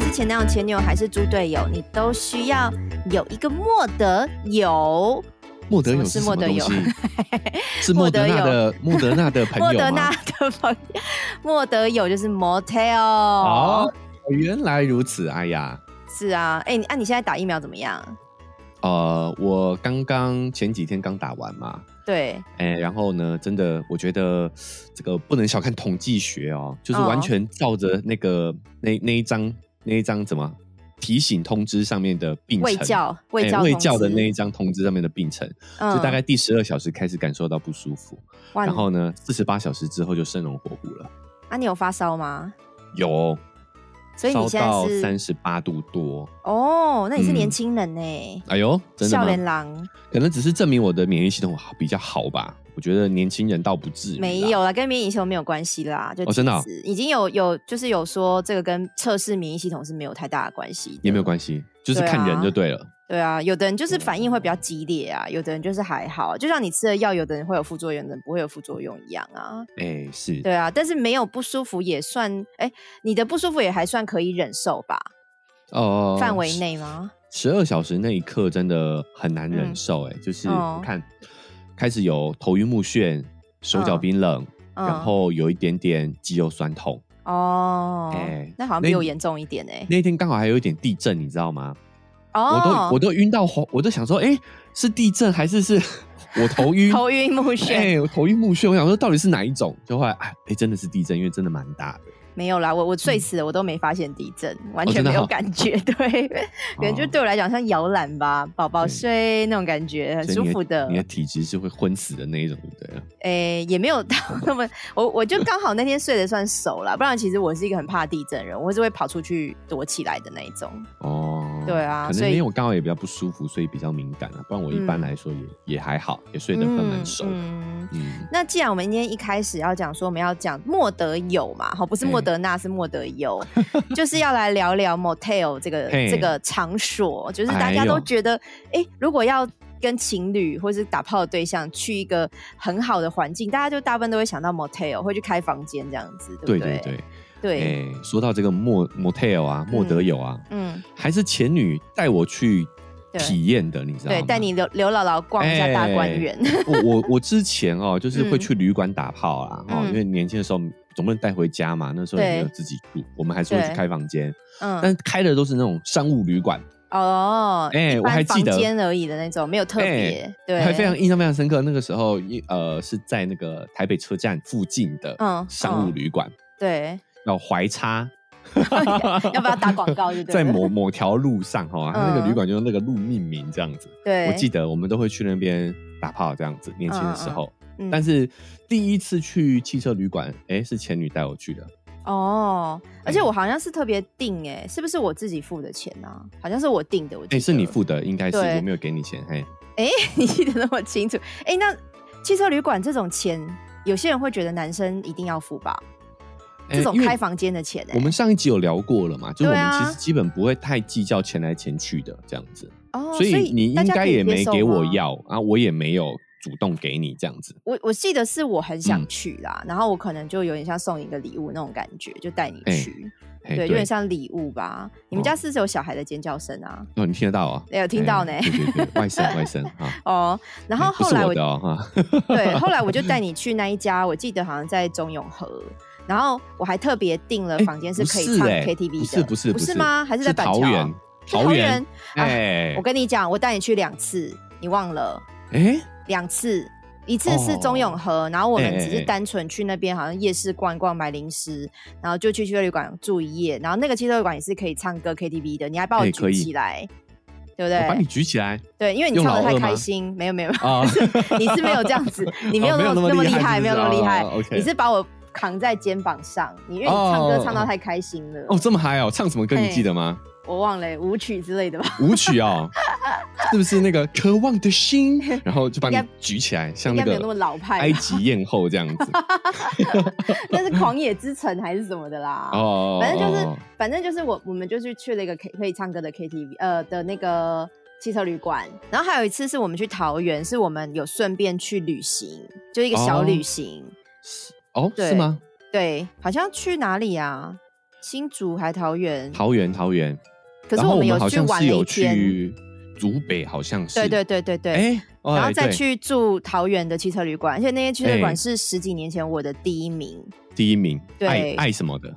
是前男友、前女友还是猪队友，你都需要有一个莫德友。莫德友什是么是莫德友什 么东西？ 是莫德纳的莫德纳的莫朋德友纳吗？的朋友，莫德友就是 motel。哦，原来如此。哎呀，是啊，哎、你啊，你现在打疫苗怎么样？呃，我刚刚前几天刚打完嘛，对，哎，然后呢，真的，我觉得这个不能小看统计学哦，就是完哦全照着那个、那那一张那一张怎么提醒通知上面的病卫程，教，卫哎教通知，卫教的那一张通知上面的病程，嗯，就大概第十二小时开始感受到不舒服，哇。然后呢，四十八小时之后就生龙活虎了，啊，你有发烧吗？有所以你烧现在到是三十八度多，哦，那你是嗯年轻人呢、哎呦，真少的年吗？郎可能只是证明我的免疫系统好比较好吧，我觉得年轻人倒不至于啦，没有啦，跟免疫系统没有关系啦，就哦真的哦体质已经有有就是有说这个跟测试免疫系统是没有太大的关系，也没有关嗯系，就是对啊看人就对了。对啊，有的人就是反应会比较激烈啊，有的人就是还好，就像你吃了药，有的人会有副作用，有的人不会有副作用一样啊。哎、是，对啊，但是没有不舒服也算，哎，你的不舒服也还算可以忍受吧？哦，范围内吗？十二小时那一刻真的很难忍嗯受、哎、就是哦你看，开始有头晕目眩、手脚嗯冰冷，嗯然后有一点点肌肉酸痛。哦，哎那好像那比我严重一点哎、那一天刚好还有一点地震，你知道吗？我哦，都我都晕到慌，我都想说，哎、是地震还是 是我头晕？头晕目眩、 哎、我头晕目眩，我想说到底是哪一种？就后来，哎、哎真的是地震，因为真的蛮大的。没有啦，我我最迟了，我都没发现地震，完嗯哦全真的没有哦感觉。 对，可能就哦对我来讲像摇篮吧，宝宝对睡那种感觉，很所以舒你服的你的。体质是会昏死的那一种，对不对？诶、也没有到那么， 我我就刚好那天睡得算熟啦，不然其实我是一个很怕地震的人，我是会跑出去躲起来的那一种。哦，对啊可所能以因为我刚好也比较不舒服，所以比较敏感啊。不然我一般嗯来说也、也还好，也睡得分蛮熟的。嗯嗯，那既然我们今天一开始要讲说我们要讲莫德友嘛，好，不是嘿莫德纳，是莫德友， 就是要来聊聊 motel 这个嘿这个场所，就是大哎家都呦觉得，哎、如果要跟情侣或是打炮的对象去一个很好的环境，大家就大部分都会想到 motel，会去开房间这样子，对对不对？对对。哎、对说到这个莫 motel 啊，莫德友啊，嗯，还是前女带我去对体验的，你知道吗？对，带你刘刘姥姥逛一下大观哎园，我我我之前 哦，就是会嗯去旅馆打炮啦，哦，嗯因为年轻的时候总不能带回家嘛，那时候也没有对自己住，我们还是会去对开房间，嗯，但开的都是那种商务旅馆，哦，哎一我般还记得房间而已的那种，没有特哎别，对，还非常印象非常深刻。那个时候，一呃是在那个台北车站附近的嗯商务嗯旅馆，对。叫怀差， 要不要打广告就对在了某某条路上哈，它那个嗯旅馆就用那个路命名这样子。对，我记得我们都会去那边打炮这样子，年轻的时候。嗯但是第一次去汽车旅馆，哎，是前女带我去的。哦，而且哎我好像是特别定哎、是不是我自己付的钱啊？好像是我定的，我记哎，得是你付的，应该是对我没有给你钱。嘿， 你记得那么清楚？哎、那汽车旅馆这种钱，有些人会觉得男生一定要付吧？哎这种因为开房间的钱哎、我们上一集有聊过了嘛，就是我对们啊其实基本不会太计较钱来钱去的这样子。哦，所以你大应家该可以也接没受给我吗。要啊，我也没有主动给你这样子。我我记得是我很想嗯去啦，然后我可能就有点像送你一个礼物那种感觉，就带你哎去，嘿对，有点像礼物吧。你们哦家是不是有小孩的尖叫声啊？哦，你听得到啊？有听到呢哎对对对，外甥外甥啊。 哦，然后哎不后是来我我的哦哈， 对，后来我就带你去那一家，我记得好像在中永和，然后我还特别订了哎房间是不可以是唱哎 KTV 的，不是不是不不是是吗？还是在是板桥？桃园，是桃园，啊哎我，跟你讲，我带你去两次，你忘了哎，两次。一次是中永和，哦然后我们只是单纯去那边，好像夜市逛一逛、买零食，然后就去汽车旅馆住一夜。然后那个汽车旅馆也是可以唱歌 KTV 的，你还把我哎可举以起来，对不我把你对？举起来对，因为你用唱的老太二开吗心，没有没有，啊！ 你是没有这样子，你没有哦那么、那那么厉害，害，没有那么厉害，哦 OK，你是把我扛在肩膀上，你因为你唱歌唱到太开心了，哦这么嗨哦，唱什么歌你嘿记得吗？我忘了舞曲之类的吧，舞曲哦，是不是那个渴望的心？然后就把你应该举起来，像应那该没有个那么老派埃吧， 及艳后这样子但是狂野之城还是什么的啦。哦。 反正就是哦，反正就是我，我们就是去了一个 K 可以唱歌的 KTV，呃的那个汽车旅馆。然后还有一次是我们去桃园，是我们有顺便去旅行，就一个小哦旅行。哦哦对是吗？对，好像去哪里啊？新竹还桃园，桃园桃园，可是然后我我们有好去像玩是了有一天，去竹北，好像是对对对对对，哎，哦然后哎再对去住桃园的汽车旅馆，而且那些汽车旅哎馆是十几年前我的第一名，第一名，爱对爱什么的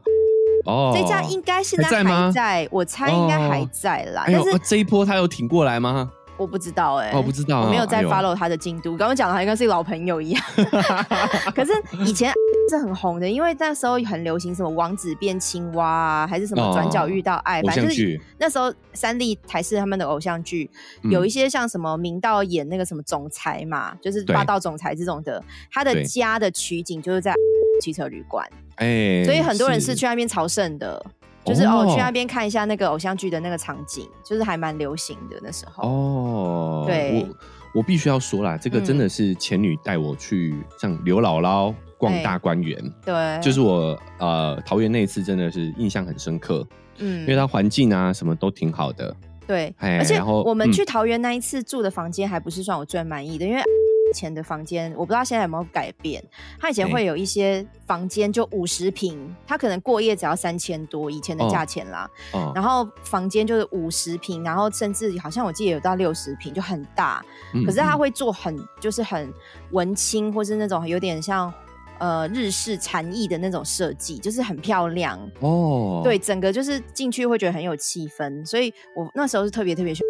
哦，这家应该现还在吗还在，我猜应该还哦在啦，哎但呦，是啊这一波他有挺过来吗？我不知道哎，哦，不知道啊，我没有在哎呦 follow 他的进度，刚刚讲的还跟是老朋友一 样。可是以前 是很红的，因为那时候很流行什么王子变青蛙啊，还是什么转角遇到爱，哦偶反正像就是剧，那时候三立台视他们的偶像剧，嗯有一些像什么明道演那个什么总裁嘛，就是对霸道总裁这种的，他的对家的取景就是在汽车旅馆，哎，所以很多人是去那边朝圣的。就是哦，去那边看一下那个偶像剧的那个场景，就是还蛮流行的那时候。哦，对嗯我我必须要说啦，这个真的是前女带我去像刘姥姥逛大观园，对，就是我呃桃园那一次真的是印象很深刻，嗯，因为它环境啊什么都挺好的，对，哎而且然后我们嗯去桃园那一次住的房间还不是算我最满意的，因为以前的房间我不知道现在有没有改变，它以前哎会有一些房间就五十平，它可能过夜只要三千多以前的哦价钱啦，哦，然后房间就是五十平，然后甚至好像我记得有到六十平，就很大，嗯可是它嗯会做很就是很文青或是那种有点像。呃，日式禅意的那种设计，就是很漂亮，哦，对，，整个就是进去会觉得很有气氛，所以我那时候是特别特别喜欢。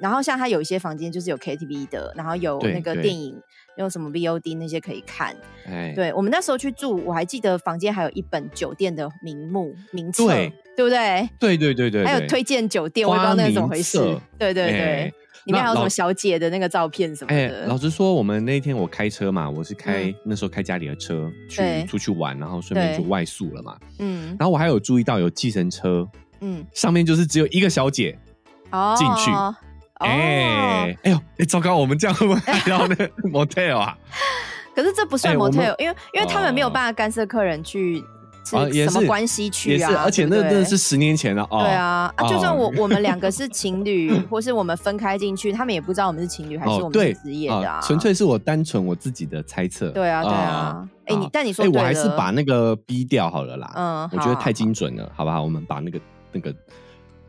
然后像它有一些房间就是有 KTV 的，然后有对那个对电影，有什么 VOD 那些可以看。哎，对我们那时候去住，我还记得房间还有一本酒店的名目名册，对不对？对对对对，还有对推荐酒店，我也不知道那是怎么回事花名册。对对对，哎里面那还有什老么小姐的那个照片什么哎、的。老实说，我们那一天我开车嘛，我是开、嗯那时候开家里的车去对出去玩，然后顺便对就外宿了嘛。嗯然后我还有注意到有计程车，嗯，上面就是只有一个小姐。哦，进去哦，哎、哎呦，哎糟糕，我们这样会不会 害到那 motel 啊？可是这不算哎我们 motel，、因为因为他们没有哦办法干涉客人去是啊也什么是关系区也是，啊，而且那对不真对的是。十年前了哦。对，啊，啊，就算哦我我们两个是情 侣，或是我们分开进去，他们也不知道我们是情侣还是我哦，们对是职业的啊，纯粹是我单纯我自己的猜测。对啊，对啊。哎，你啊但你哎、说对我还是了把那个逼掉好了啦。嗯我觉得好太精准了，好不好？我们把那个那个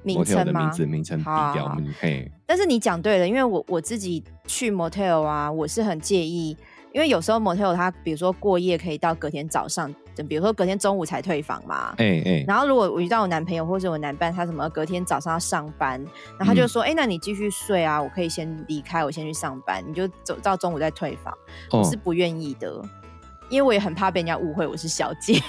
名 motel 的称名吗字名称逼好啊掉，好我啊们嘿。但是你讲对了，因为我我自己去 motel 啊，我是很介意，因为有时候 motel 它比如说过夜可以到隔天早上，比如说隔天中午才退房嘛，哎哎，然后如果我遇到我男朋友或者我男伴，他什么隔天早上要上班，然后他就嗯说：“哎、那你继续睡啊，我可以先离开，我先去上班，你就走到中午再退房。”我哦是，不愿意的，因为我也很怕被人家误会我是小姐，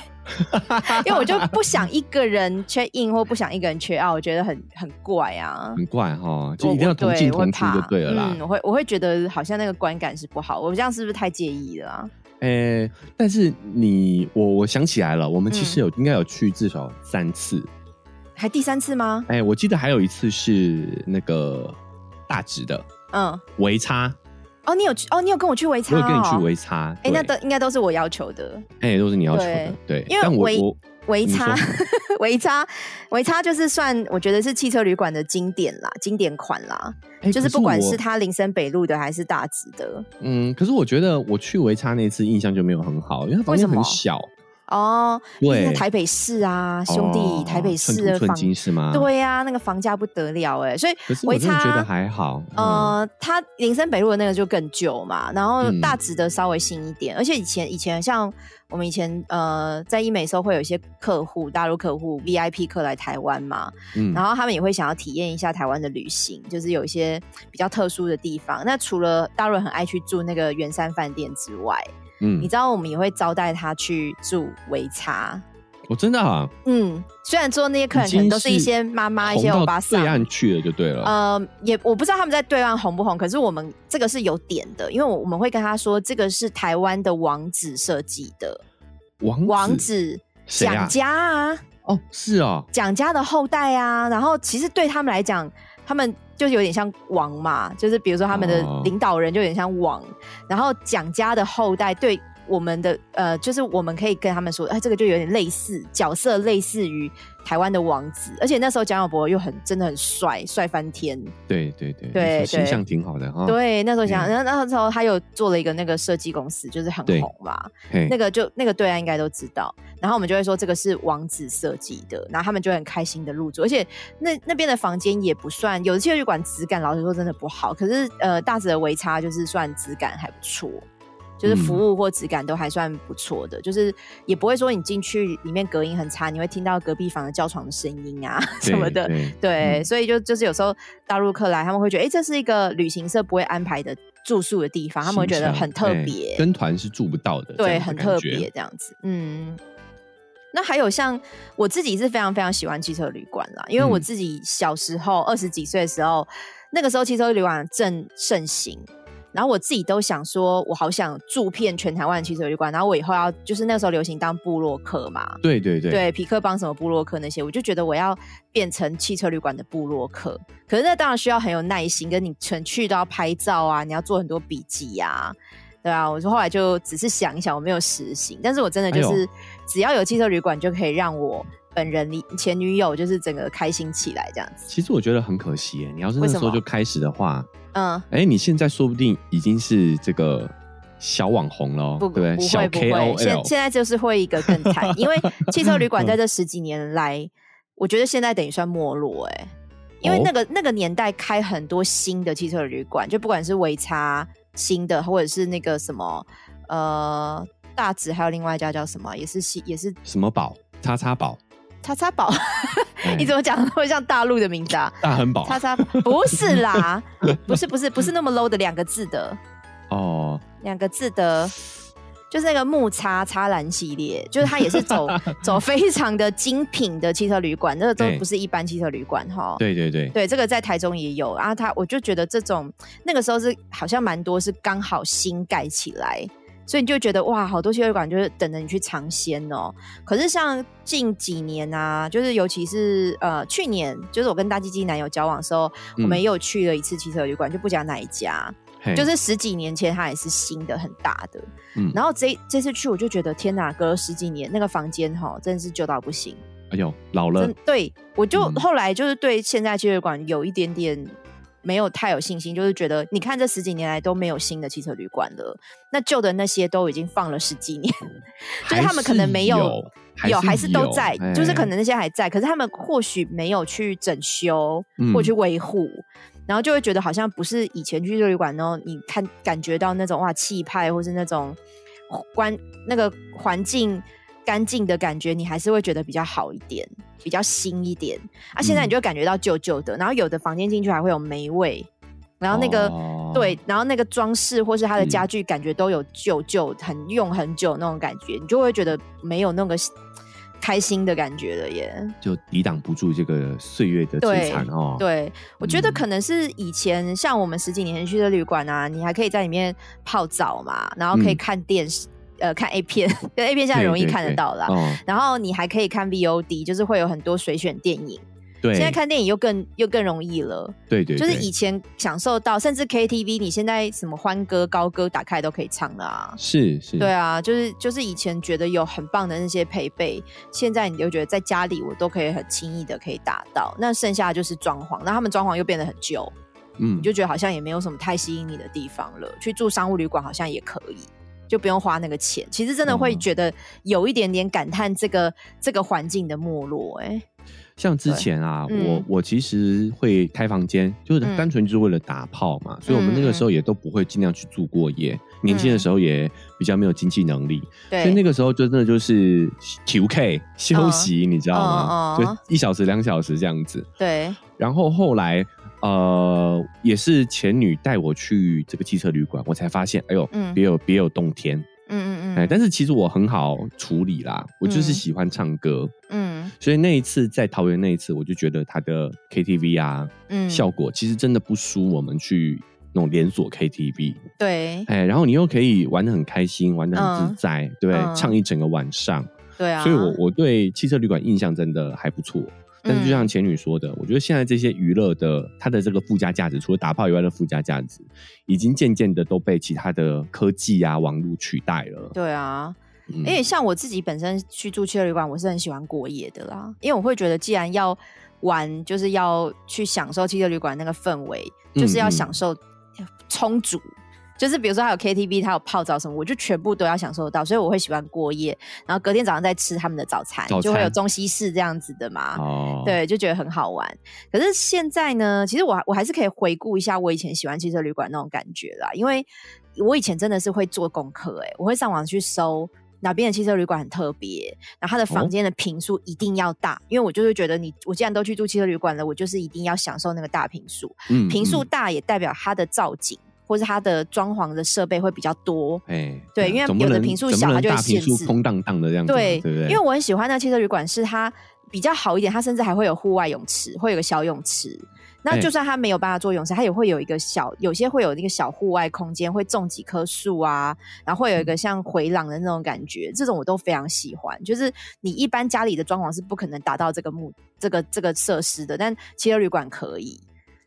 因为我就不想一个人 check in 或不想一个人 check out，我觉得很很怪啊。很怪哈，我嗯就一定要我同对进我会同出就怕对了啦嗯，。我会我会觉得好像那个观感是不好，我这样是不是太介意了、啊？诶、但是你我我想起来了，我们其嗯实有、应该有去至少三次。还第三次吗？哎、我记得还有一次是那个大直的嗯，维差，哦，你有去哦，你有跟我去围我场、哦，有跟你去维差。哎、那对都应该都是我要求的。哎、都是你要求的对，对。因为但我维我维你差 说，维差，维差就是算我觉得是汽车旅馆的经典啦，经典款啦，哎就可是不管我是它林森北路的还是大直的嗯，可是我觉得我去维差那次印象就没有很好，因为它房为间什很么小，哦，对毕竟是台北市啊，兄弟，哦台北寸市土的寸房，金是吗？。对呀、那个房价不得了哎、所以可是我维真的差觉得还好。嗯，呃，它林森北路的那个就更旧嘛，然后嗯大直的稍微新一点，而且以前以前像我们以前呃在医美的时候会有一些客户，大陆客户 VIP 客来台湾嘛，嗯然后他们也会想要体验一下台湾的旅行，就是有一些比较特殊的地方。那除了大陆人很爱去住那个圆山饭店之外，你嗯，知道我们也会招待他去住维茶。我真的啊，嗯，虽然说那些客人已可能经都是一些妈妈、一红些到欧巴对岸桑。去了就对了。呃，也我不知道他们在对岸红不红，可是我们这个是有点的，因为我我们会跟他说，这个是台湾的王子设计的，王王子子谁啊蒋家啊，哦，是哦，蒋家的后代啊，然后其实对他们来讲，他们就有点像王嘛，就是比如说他们的哦领导人就有点像王，然后蒋家的后代对我们的呃，就是我们可以跟他们说，哎、这个就有点类似角色，类似于台湾的王子，而且那时候蒋小柏又很真的很帅，帅翻天。对对对，对那时候形对象挺好的哈。，对，那时候想，嗯然后那时候他有做了一个那个设计公司，就是很对红嘛，嘿那个就那个对岸应该都知道。然后我们就会说这个是王子设计的，然后他们就很开心的入住，而且那那边的房间也不算，有的汽车旅馆质感老实说真的不好，可是呃大直的维差就是算质感还不错。就是服嗯务或质感都还算不错的，就是也不会说你进去里面隔音很差，你会听到隔壁房的叫床的声音啊 什么的。对对，嗯所以就就是有时候大陆客来，他们会觉得，哎、这是一个旅行社不会安排的住宿的地方，他们会觉得行很程特对别，哎跟团是住不到的，这对，样子很的特感觉别。这样子。嗯，那还有像我自己是非常非常喜欢汽车旅馆啦，因为我嗯自己小时候二十几岁的时候，那个时候汽车旅馆正盛行。然后我自己都想说，我好想住遍全台湾的汽车旅馆。然后我以后要就是那时候流行当部落客嘛，对对对，对，匹克帮什么部落客那些，我就觉得我要变成汽车旅馆的部落客。可是那当然需要很有耐心，跟你全去都要拍照啊，你要做很多笔记呀、对啊。我就后来就只是想一想，我没有实行，但是我真的就哎呦是、只要有汽车旅馆就可以让我本人离前女友就是整个开心起来这样子。其实我觉得很可惜耶，你要是那为什时候么就开始的话，嗯，哎，你现在说不定已经是这个小网红了哦，不对不对？不小会不会，现 KOL，现在就是会一个更惨，因为汽车 嗯旅馆在这十几年来，我觉得现在等于算没落哎、因为哦那个、那个年代开很多新的汽车旅馆，就不管是维差新的，或者是那个什么呃大直，还有另外一家叫什么，也是新也是什么宝，叉叉宝，叉叉 宝，哎 你怎么讲会像大陆的名字啊？大亨宝，叉叉不是 啦，不是不是不是那么 low 的两个字的，哦，两个字的，就是那个木叉叉兰系列，就是它也是走 走非常的精品的汽车旅馆，这个都对不是一般汽车旅馆哈。对对对，对，这个在台中也有啊。它我就觉得这种那个时候是好像蛮多是刚好新盖起来，所以你就觉得哇，好多汽车旅馆就是等着你去尝鲜哦。可是像近几年啊，就是尤其是呃去年，就是我跟大鸡鸡男友交往的时候，我们嗯也有去了一次汽车旅馆，就不讲哪一家。嘿就是十几年前它也是新的很大的，嗯然后这这次去我就觉得天哪，隔了十几年那个房间哈真的是旧到不行，哎呦老了真，对我就嗯后来就是对现在汽车旅馆有一点点没有太有信心，就是觉得你看这十几年来都没有新的汽车旅馆了，那旧的那些都已经放了十几年，就是他们可能没有有，有还是都在，就是可哎能那些还在，可是他们或许没有去整修或嗯去维护，然后就会觉得好像不是以前去日旅馆呢，你看感觉到那种哇气派，或是那种关那个环境干净的感觉，你还是会觉得比较好一点，比较新一点。啊，现在你嗯就会感觉到旧旧的，然后有的房间进去还会有霉味，然后那个。哦对，然后那个装饰或是它的嗯家具，感觉都有旧旧、很用很久那种感觉，你就会觉得没有那个开心的感觉了耶。就抵挡不住这个岁月的对摧残哦，，对，我觉得嗯可能是以前像我们十几年前去的旅馆啊，你还可以在里面泡澡嘛，然后可以嗯看电视，呃，看 A 片，对 A 片现在容易看得到啦。哦，然后你还可以看 VOD，就是会有很多随选电影。对，现在看电影又更又更容易了，对对，就是对以前享受到，甚至 KTV，你现在什么欢歌、高歌打开都可以唱了啊。是是，对啊，就是就是以前觉得有很棒的那些配备，现在你就觉得在家里我都可以很轻易的可以达到。那剩下就是装潢，那他们装潢又变得很旧，嗯你就觉得好像也没有什么太吸引你的地方了。去住商务旅馆好像也可以，就不用花那个钱。其实真的会嗯觉得有一点点感叹这个这个环境的没落、哎，像之对前啊，嗯我我其实会开房间，就是嗯单纯就是为了打炮嘛，所以我们那个时候也都不会尽量去住过夜。年轻的时候也比较没有经济能力，所以那嗯对，嗯个时候就真的就是 QK 休息，你知道吗？嗯嗯嗯就一小时两小时这样子。对，然后后来呃，也是前女带我去这个汽车旅馆，我才发现，哎呦，嗯别有别有洞天。嗯嗯哎，嗯，但是其实我很好处理啦，我就嗯是喜欢唱歌。嗯所以那一次在桃园那一次，我就觉得它的 KTV 啊，嗯，效果其实真的不输我们去那种连锁 KTV。对哎，然后你又可以玩的很开心，玩的很自在，对不对？嗯唱一整个晚上。对啊，嗯所以我我对汽车旅馆印象真的还不错。但是就像前女说的，我觉得现在这些娱乐的它的这个附加价值，除了打炮以外的附加价值，已经渐渐的都被其他的科技啊、网络取代了。对啊，嗯因为像我自己本身去住汽车旅馆，我是很喜欢过夜的啦，因为我会觉得既然要玩，就是要去享受汽车旅馆那个氛围，就是要嗯嗯享受充足。就是比如说还有 KTV，它有泡澡什么，我就全部都要享受得到，所以我会喜欢过夜，然后隔天早上再吃他们的早餐，早就会有餐中西式这样子的嘛。哦，，对，就觉得很好玩。可是现在呢，其实我还我还是可以回顾一下我以前喜欢汽车旅馆那种感觉啦，因为我以前真的是会做功课，哎，我会上网去搜。哪边的汽车旅馆很特别？然后它的哦房间的平数一定要大，因为我就是觉得你，我既然都去住汽车旅馆了，我就是一定要享受那个大平数。嗯平数嗯大也代表它的造景或是它的装潢的设备会比较多，哎，对因为总不有的能平数总不小它能就会大平限数制空荡荡的这样子嘛，对，对不对？因为我很喜欢那汽车旅馆，是它比较好一点，它甚至还会有户外泳池，会有个小泳池。那哎就算它没有办法做泳池，它也会有一个小，有些会有那个小户外空间，会种几棵树啊，然后会嗯有一个像回廊的那种感觉，这种我都非常喜欢。就是你一般家里的装潢是不可能达到这个目这个这个设施的，但汽车旅馆可以，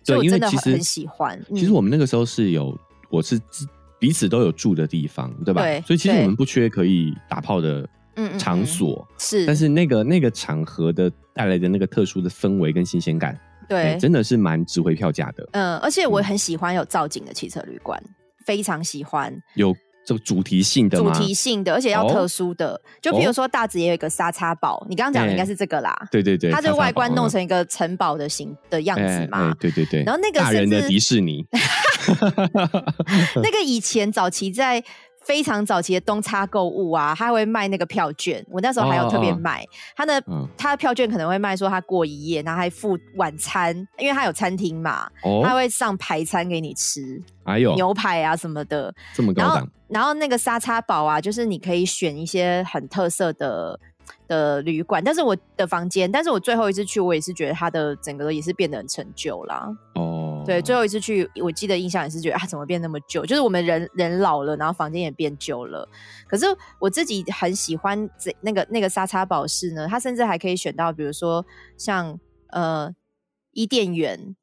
所对以我因为真的其很实很喜欢。其实嗯我们那个时候是有，我是自彼此都有住的地方，对吧？对所以其实对我们不缺可以打炮的嗯嗯场嗯所，是，但是那个那个场合的带来的那个特殊的氛围跟新鲜感，哎对，真的是蛮值回票价的。嗯，而且我嗯很喜欢有造景的汽车旅馆，非常喜欢。有这个主题性的主吗？题性的，而且要哦特殊的。就譬如说，大直也有一个沙叉堡，你刚刚讲的应该哎是这个啦。对对对，它沙就发外观房弄成一个城堡的形的样哎子哎嘛。对对对。然后那个大人甚的至迪 士尼，嗯那个以前早期在非常早期的东差购物啊，他会卖那个票券，我那时候还有特别哦哦买他的嗯，他的票券可能会卖说他过一夜，然后还附晚餐，因为他有餐厅嘛，他哦，会上排餐给你吃，哎呦，牛排啊什么的。这么然高后档，然后那个沙叉堡啊，就是你可以选一些很特色的的旅馆，但是我的房间，但是我最后一次去，我也是觉得它的整个也是变得很陈旧啦。哦，对，最后一次去，我记得印象也是觉得啊，怎么变那么旧？就是我们人人老了，然后房间也变旧了。可是我自己很喜欢这那个那个沙叉堡式呢，它甚至还可以选到，比如说像呃伊甸园。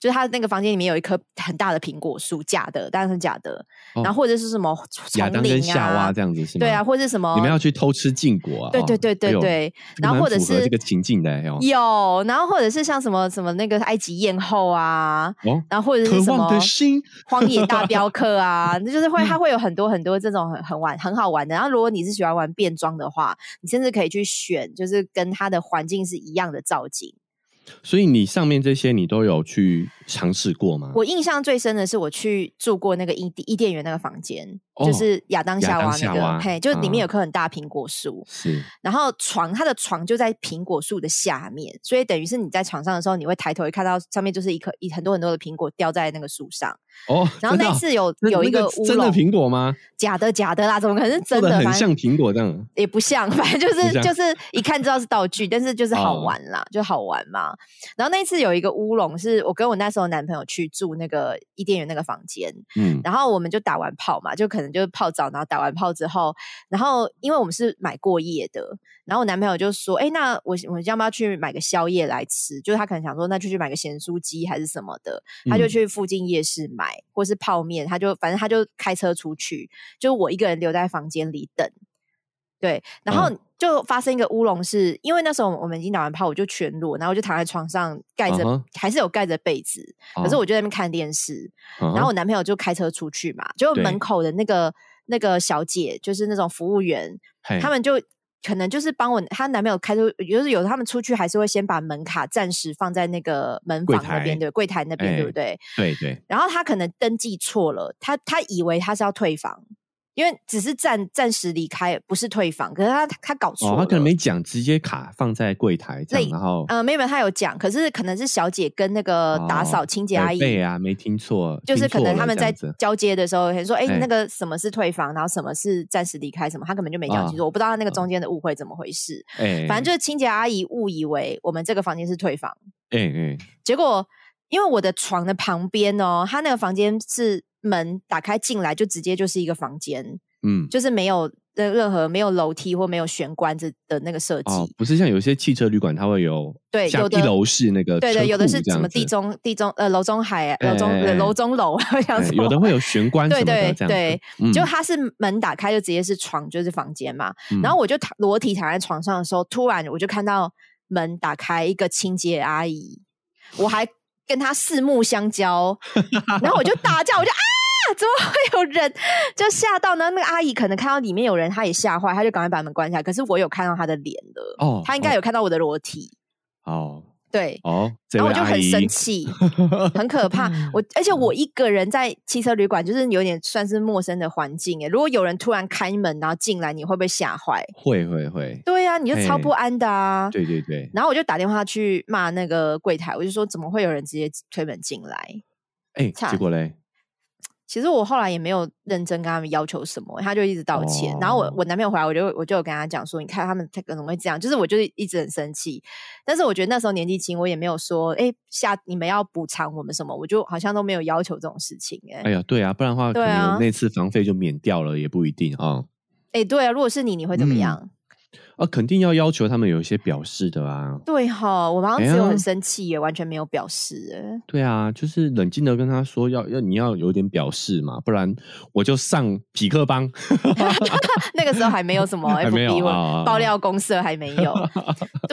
就是它那个房间里面有一棵很大的苹果树，假的，当然是假的。哦然后或者是什么丛亚当跟林夏啊娃，这样子是吗？对啊，或者是什么你们要去偷吃禁果啊？对对哦对哎对呦对，这个然后蛮或者符合是这个情境的哎哦有，然后或者是像什么什么那个埃及艳后啊，哦，然后或者渴是什望么的心，荒野大 镖客啊，那就是会嗯它会有很多很多这种很很玩很好玩的。然后如果你是喜欢玩变装的话，你甚至可以去选，就是跟它的环境是一样的造景。所以你上面这些你都有去尝试过吗？我印象最深的是我去住过那个伊伊甸园那个房间，哦就是亚当亚夏当娃那夏个，娃嘿，就是里面有啊棵很大苹果树，是然后床，它的床就在苹果树的下面，所以等于是你在床上的时候，你会抬头一看到上面就是一颗一很多很多的苹果掉在那个树上。哦，然后真的那哦次有那有一个那个乌真的龙，苹果吗？假的假的啦，怎么可能是做真的的？很反像正苹果这样，啊也不像， 反正就是不像就是一看知道是道具，但是就是好哦玩啦，就好玩嘛。然后那一次有一个乌龙，是我跟我那时候男朋友去住那个伊甸园那个房间，嗯，然后我们就打完炮嘛，就可能就是泡澡，然后打完炮之后，然后因为我们是买过夜的，然后我男朋友就说：“哎，那我我要不要去买个宵夜来吃？”就是他可能想说，那就去买个咸酥鸡还是什么的，他就嗯去附近夜市买，或是泡面，他就反正他就开车出去，就我一个人留在房间里等。对，然后哦就发生一个乌龙是，因为那时候我们已经打完炮，我就全裸，然后我就躺在床上盖着嗯哼还是有盖着被子，可是我就在那边看电视，哦，然后啊我男朋友就开车出去嘛，结果门对口的那个那个小姐，就是那种服务员，嘿他们就可能就是帮我她男朋友开车，就是有他们出去还是会先把门卡暂时放在那个门柜房那边，台对柜台那边，对哎不对？对对然后他可能登记错了，他他以为他是要退房，因为只是暂暂时离开，不是退房，可是他他搞错了，哦，他可能没讲，直接卡放在柜台这样，类然后呃没有没有，他有讲，可是可能是小姐跟那个打哦扫清洁哎阿姨背啊没听错，就是可听能错他了们这在样子交接的时候，可能说，哎、哎那个什么是退房，然后什么是暂时离开，什么，他根本就没讲啊清楚，我不知道他那个中间的误会怎么回事。哎，反正就是清洁阿姨误以为我们这个房间是退房，哎哎结果因为我的床的旁边哦，他那个房间是门打开进来就直接就是一个房间，嗯。就是没有任任何没有楼梯或没有玄关这的那个设计。哦，不是像有些汽车旅馆，它会有对像有的一楼是那个对对，车有的库是这什么样地子中地中呃楼中海楼中、呃哎哎哎楼中楼， 我想哎说有的会有玄关对什么的对这样子，对嗯，就它是门打开就直接是床，就是房间嘛。嗯然后我就躺裸体躺在床上的时候，突然我就看到门打开一个清洁阿 姨，我还跟她四目相交，然后我就大叫，我就啊，怎么会有人？就吓到呢？那个阿姨可能看到里面有人，她也吓坏，她就赶快把门关起来。可是我有看到她的脸的，哦她应该有看到我的裸体，哦对。哦，这然后我位就阿很姨， 生气，很可怕。嗯我而且我一个人在汽车旅馆，就是有点算是陌生的环境欸耶。如果有人突然开门然后进来，你会不会吓坏？会会会，对啊，你就超嘿不安的啊。对对对，然后我就打电话去骂那个柜台，我就说怎么会有人直接推门进来？哎、差结果嘞，其实我后来也没有认真跟他们要求什么，他就一直道歉。然后我哦我男朋友回来，我就我就有跟他讲说，你看他们他可能会这样，就是我就是一直很生气。但是我觉得那时候年纪轻，我也没有说，哎、下你们要补偿我们什么，我就好像都没有要求这种事情、诶哎、哎呀，对啊，不然的话，可对啊能有那次房费就免掉了，也不一定啊、对啊，如果是你，你会怎么嗯样？啊，肯定要要求他们有一些表示的啊。对哈，我好像哎只有呀很生气耶，完全没有表示 耶。对啊，就是冷静的跟他说要，要你要有点表示嘛，不然我就上匹克 帮。那个时候还没有什么还没有 FB 啊哦我爆料公社还没 有。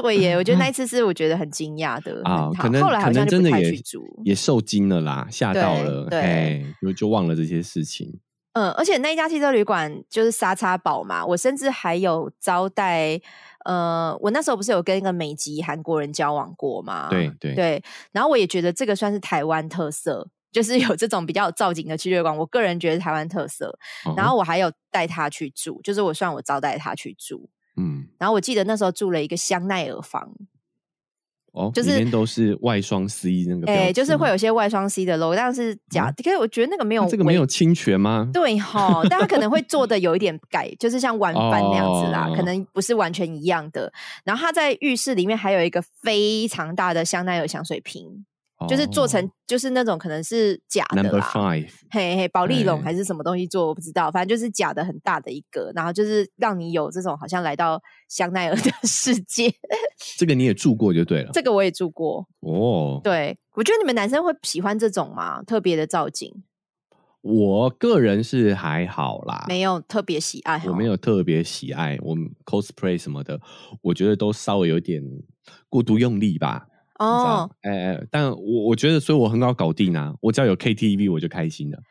对耶，我觉得那一次是我觉得很惊讶的啊很，可能好后来可好像能就真不的太也去住。也受惊了啦，吓对到了，对哎，就就忘了这些事情。嗯，而且那一家汽车旅馆就是沙叉堡嘛，我甚至还有招待，呃，我那时候不是有跟一个美籍韩国人交往过吗？对对啊对，然后我也觉得这个算是台湾特色，就是有这种比较有造景的汽车旅馆，我个人觉得台湾特色。哦然后我还有带他去住，就是我算我招待他去住，嗯，然后我记得那时候住了一个香奈儿房，哦，就里是面都是外双 C 那个标志吗，哎、就是会有一些外双 C 的 logo，但是假，嗯可是我觉得那个没有那这个没违有侵权吗？ 对哈，但他可能会做的有一点改，就是像晚饭那样子啦，可哦能不是完全一样的。然后他在浴室里面还有一个非常大的香奈儿香水瓶，就是做成就是那种可能是假的哦 Number 啦。 Five，嘿嘿，保丽龙哎还是什么东西做我不知道，反正就是假的很大的一个，然后就是让你有这种好像来到香奈儿的 世界。这个你也住过就对了。这个我也住过，哦，对我觉得你们男生会喜欢这种吗？特别的造景，我个人是还好啦，没有特别喜爱，我没。有特别喜爱，我们 cosplay 什么的，我觉得都稍微有点过度用力吧。你知哦道，，哎哎，但我我觉得，所以我很好搞定啊！我只要有 KTV 我就开心嗯了。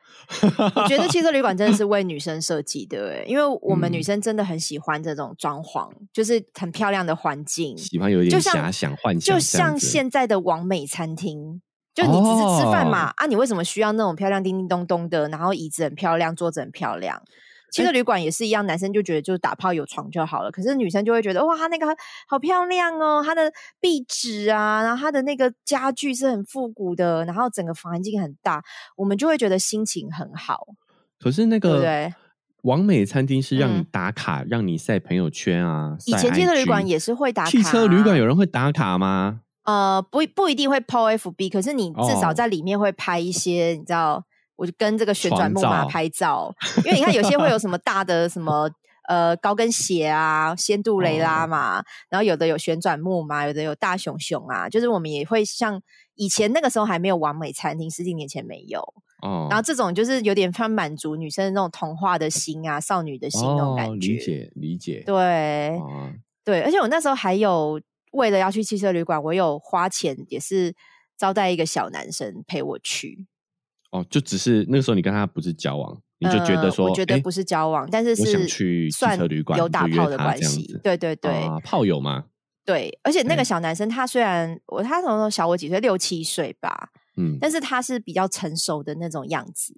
我觉得汽车旅馆 真的是为女生设计的欸，因为我们女嗯生真的很喜欢这种装潢，就是很漂亮的环境，喜欢有一就点像遐想、幻想这就样子，像现在的完美餐厅。就你只是吃饭嘛、哦啊，你为什么需要那种漂亮叮叮咚咚的，然后椅子很漂亮，桌子很漂亮？汽哎车旅馆也是一样，男生就觉得就是打炮有床就好了，可是女生就会觉得哇，它那个好漂亮哦，它的壁纸啊，然后它的那个家具是很复古的，然后整个环境很大，我们就会觉得心情很好。可是那对不个对完美餐厅是让你嗯打卡，让你晒朋友圈啊。以晒前汽车旅 IG 馆也是会打卡、啊汽车旅馆有人会打卡吗？呃，不不一定会 PO FB，可是你至少哦在里面会拍一些，你知道，我就跟这个旋转床木马照拍 照，因为你看有些会有什么大的什么。呃，高跟鞋啊，仙杜蕾拉哦嘛，然后有的有旋转木马，有的有大熊熊啊，就是我们也会像以前那个时候还没有完美餐厅，十几年前没有，哦，然后这种就是有点像满足女生的那种童话的心啊，少女的心那种哦感觉，理解理解。对，啊，对，而且我那时候还有为了要去汽车旅馆，我有花钱也是招待一个小男生陪我去，哦，就只是那个时候你跟他不是交往，你就觉得呃说，我觉得诶不是交往，但是我想是去汽算车旅馆有就打约炮的他关这样系子，对对对、啊炮友嘛，对，而且那个哎小男生他虽然我他从小我几岁，六七岁吧，嗯，但是他是比较成熟的那种样子，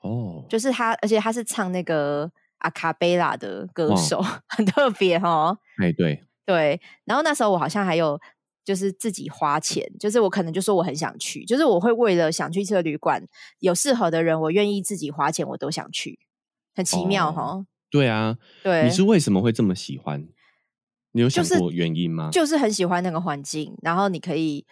哦，就是他，而且他是唱那个阿卡贝拉的歌哇手， 很特别哦。哎对，对，然后那时候我好像还有就是自己花钱，就是我可能就说我很想去，就是我会为了想去这个旅馆，有适合的人，我愿意自己花钱，我都想去，很奇妙哈、哦对啊，对你，是为什么会这么喜欢？你有想是过原因吗？就是很喜欢那个环境，然后你可以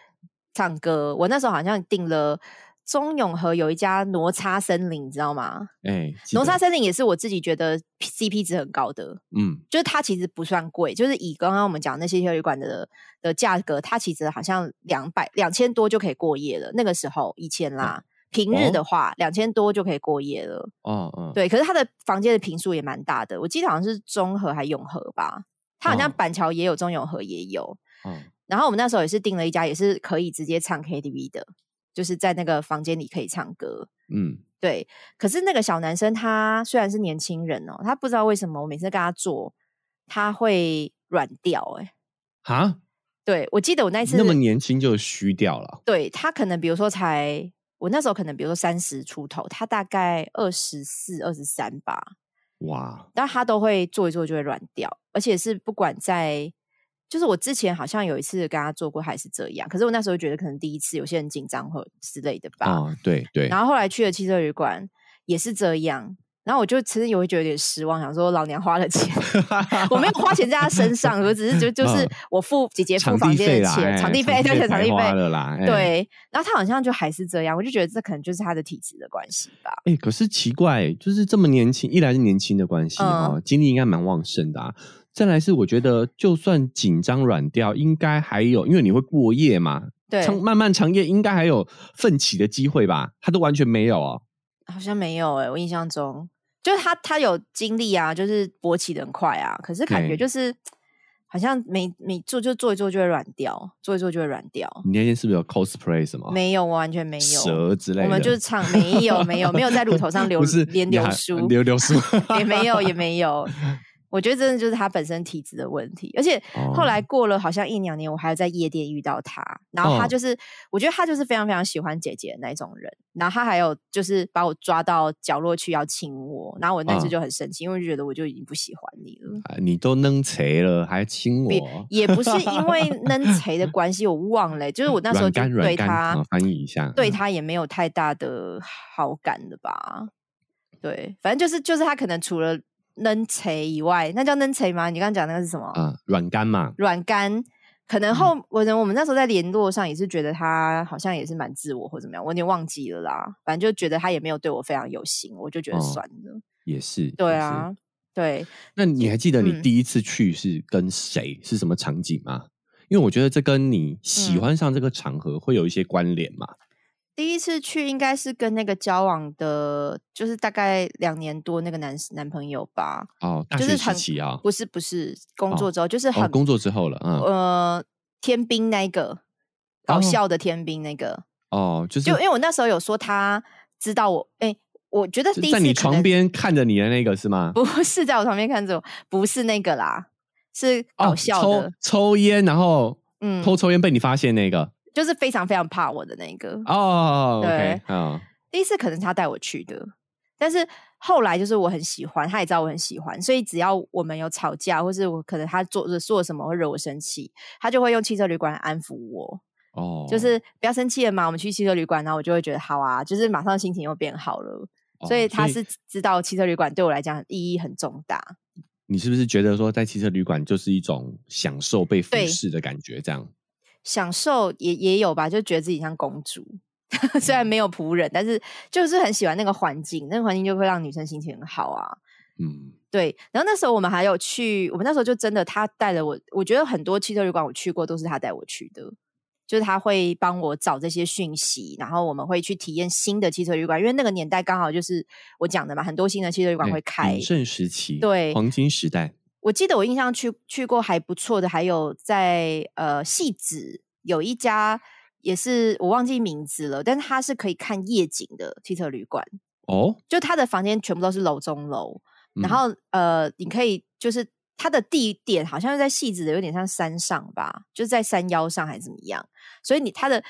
唱歌。我那时候好像订了中永和有一家挪差森林，你知道吗？哎，记挪得差森林也是我自己觉得 CP 值很高的，嗯，就是它其实不算贵，就是以刚刚我们讲那些旅馆的的价格，它其实好像两百两千多就可以过夜了。那个时候以前啦，平日嗯哦的话两千多就可以过夜了。哦哦，对，可是它的房间的平数也蛮大的，我记得好像是中和还永和吧，它好像哦板桥也有，中永和也有。哦，然后我们那时候也是订了一家，也是可以直接唱 KTV 的，就是在那个房间里可以唱歌。嗯，对，可是那个小男生他虽然是年轻人哦，他不知道为什么我每次跟他做，他会软掉、欸。哎，哈，对我记得我那一次那么年轻就虚掉了，对他可能比如说才我那时候可能比如说三十出头，他大概二十四、二十三吧，哇，但他都会做一做就会软掉，而且是不管在。就是我之前好像有一次跟他做过，还是这样。可是我那时候觉得可能第一次有些人紧张或之类的吧。啊、对对，然后后来去了汽车旅馆也是这样，然后我就其实也会觉得有点失望，想说老娘花了钱， 我没有花钱在他身上，我只是就就是嗯我付姐姐付场房地费间的啦，钱，哎场地费对对场白地花费了啦，哎。对，然后他好像就还是这样，我就觉得这可能就是他的体质的关系吧。哎、可是奇怪，就是这么年轻，一来是年轻的关系哈、嗯精力应该蛮旺盛的啊。再来是我觉得，就算紧张软掉，应该还有，因为你会过夜嘛，对，长漫漫长夜应该还有奋起的机会吧？他都完全没有哦。好像没有哎、我印象中就是他他有经历啊，就是勃起的很快啊，可是感觉对就是好像没没做就做一做就会软掉，做一做就会软掉。你那天是不是有 cosplay 什么？没有，我啊完全没有。蛇之类的，我们就是唱没有没有没有在乳头上流 不是连你流还 书流流苏 也没有也没有。我觉得真的就是他本身体质的问题，而且哦后来过了好像一两年，我还有在夜店遇到他，然后他哦就是，我觉得他就是非常非常喜欢姐姐的那种人，然后他还有就是把我抓到角落去要亲我，然后我那次嗯就很生气，因为就觉得我就已经不喜欢你了。啊你都弄贼了，还亲比 我，也不是因为能锤的关系，我忘了欸、就是我那时候软就干软对干他、啊翻译一下对嗯他也没有太大的好感的吧？对，反正就是就是他可能除了能锤以外，那叫能锤吗？你刚刚讲那个是什么？啊，嗯软干嘛，软干。可能后，我能我们那时候在联络上也是觉得他好像也是蛮自我或怎么样，我有点忘记了啦。反正就觉得他也没有对我非常有心，我就觉得哦算了。也是对。也是啊，对，那你还记得你嗯第一次去是跟谁，是什么场景吗？因为我觉得这跟你喜嗯欢上这个场合会有一些关联嘛。第一次去应该是跟那个交往的，就是大概两年多那个男男朋友吧，哦，大就学是时很期啊，不是不是工哦作之后，就是哦很、工作之后了，嗯，呃天兵那一个搞哦笑的天兵那个，哦，就是就因为我那时候有说他知道我，哎、我觉得就第一次在你可床能边看着你的那个是吗？哦不是在我旁边看着我，不是那个啦，是搞哦，笑抽的，抽烟，然后嗯偷抽烟被你发现那个就是非常非常怕我的那个。哦对，OK，啊，第一次可能是他带我去的，但是后来就是我很喜欢，他也知道我很喜欢，所以只要我们有吵架，或是我可能他做做什么会惹我生气，他就会用汽车旅馆来安抚我，哦，就是不要生气了嘛，我们去汽车旅馆，然后我就会觉得好啊，就是马上心情又变好了。哦所以他是知道汽车旅馆对我来讲意义很重大，你是不是觉得说在汽车旅馆就是一种享受被服对侍的感觉？这样享受也也有吧，就觉得自己像公主， 虽然没有仆人，但是就是很喜欢那个环境，那个环境就会让女生心情很好啊。嗯，对，然后那时候我们还有去，我们那时候就真的他带了我，我觉得很多汽车旅馆我去过都是他带我去的，就是他会帮我找这些讯息，然后我们会去体验新的汽车旅馆，因为那个年代刚好就是我讲的嘛，很多新的汽车旅馆哎会开。鼎盛时期，对黄金时代，我记得我印象去去过还不错的，还有在呃戏子有一家也是我忘记名字了，但是它是可以看夜景的汽车旅馆，哦，就它的房间全部都是楼中楼，嗯然后呃你可以就是它的地点好像是在戏子的有点像山上吧，就是在山腰上还是怎么样，所以你它的。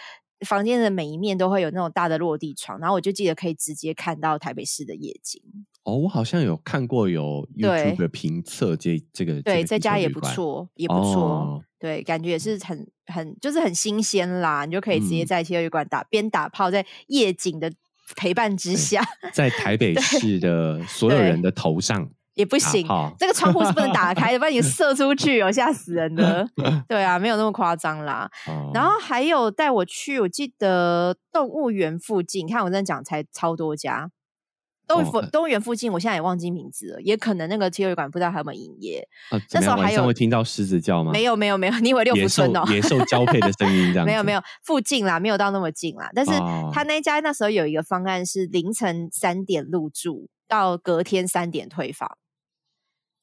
房间的每一面都会有那种大的落地窗，然后我就记得可以直接看到台北市的夜景。哦，我好像有看过有对 YouTube 评测这这个，对，个在汽家车也旅不馆，错，也不错。哦对，感觉也是很很就是很新鲜啦，你就可以直接嗯在汽车旅馆打边打炮，在夜景的陪伴之下在台 北市的所有对人的头上也不不行。好，这个窗户是不能打开的，不然你 射出去哦，吓死人的。对啊，没有那么夸张啦。然哦后还有带我去，我记得动物园附近，看我真的讲才超多家。动物哦附、呃动物园附近，我现在也忘记名字了，也可能那个汽车旅馆不知道还有没有营业。啊那怎么时样候晚还上有会听到狮子叫吗？没有没有没 有，你以为六哦野福兽村哦？野兽交配的声音这 样，没有没有，有，附近啦，没有到那么近啦。但是哦他那一家那时候有一个方案是凌晨三点入住，到隔天三点退房，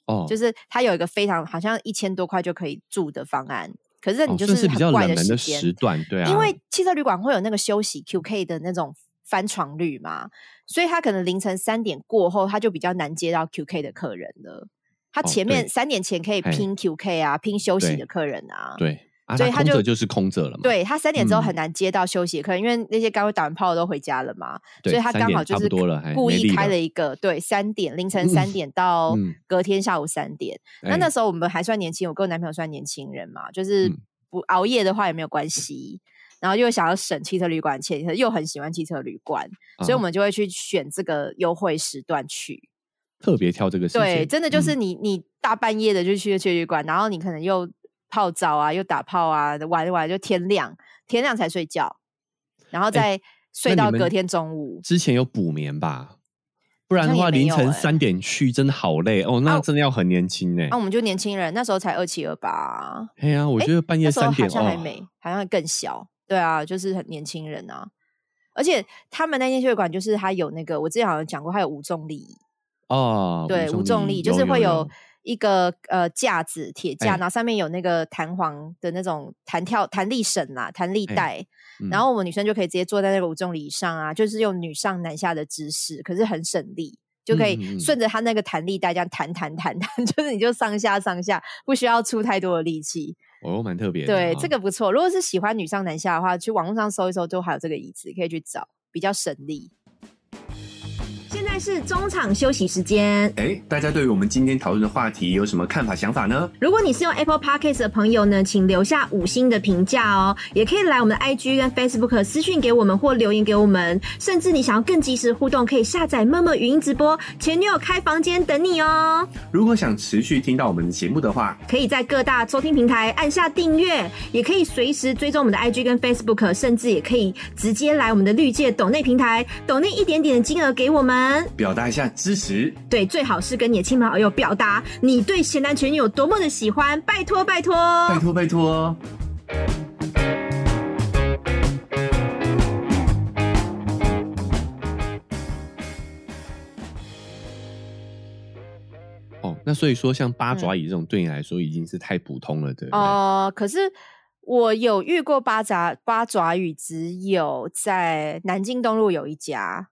哦，就是他有一个非常好像一千多块就可以住的方案。可是你哦就算是比很较怪冷门的时间时段，对啊，因为汽车旅馆会有那个休息 QK 的那种翻床率嘛，所以他可能凌晨三点过后，他就比较难接到 QK 的客人了。他哦前对面三点前可以嘿拼 QK 啊，拼休息对的客人啊，对啊，所以那他空就着就是空着了嘛，对他三点之后很嗯难接到休息的客人，因为那些刚打完炮都回家了嘛，对，所以他三刚点好就差是不多了，还故没力意开了了一个对三点凌晨嗯三点到嗯隔天下午三点。那哎那时候我们还算年轻，我跟我男朋友算年轻人嘛，就是嗯不熬夜的话也没有关系。然后又想要省汽车旅馆钱，可是又很喜欢汽车旅馆，所以啊我们就会去选这个优惠时段去。啊特别挑这个时间，对，真的就嗯是你、你大半夜的就去去旅馆，然后你可能又泡澡啊，又打炮啊，玩一玩就天亮，天亮才睡觉，然后再睡哎那到你们哎隔天中午。之前有补眠吧？不然好的像话，也没凌有晨欸三点去真的好累哦，那啊真的要很年轻呢那、。我们就年轻人，那时候才二七二八，哎呀，我哎觉得半夜那时候三好点像还哦，没，好像更小。对啊，就是很年轻人啊。而且他们那间血管就是它有那个，我之前好像讲过，它有无重力，哦，对，无重力就是会有一个呃架子，铁架，哎然后上面有那个弹簧的那种弹跳弹力绳啦、弹力哎带，然后我们女生就可以直接坐在那个无重力椅上啊，就是用女上男下的姿势，可是很省力，就可嗯嗯以嗯顺着它那个弹力带这样弹弹弹弹， 就是你就上下上下，不需要出太多的力气。哦，蛮特别的。对，哦这个不错。如果是喜欢女上男下的话，去网络上搜一搜，都还有这个椅子可以去找，比较省力。现在是中场休息时间。哎，大家对于我们今天讨论的话题有什么看法、想法呢？如果你是用 Apple Podcast 的朋友呢，请留下五星的评价哦，也可以来我们的 IG 跟 Facebook 私讯给我们或留言给我们，甚至你想要更及时互动，可以下载陌陌语音直播，前女友开房间等你哦。如果想持续听到我们的节目的话，可以在各大收听平台按下订阅，也可以随时追踪我们的 IG 跟 Facebook，甚至也可以直接来我们的绿界抖内平台抖内一点点的金额给我们。表达一下支持。对，最好是跟你的亲朋好友表达你对咸男全女有多么的喜欢，拜托拜托。拜托拜托。哦，那所以说，像八爪椅这种对你来说已经是太普通了，对不嗯对？哦，可是我有遇过八爪八爪鱼，只有在南京东路有一家，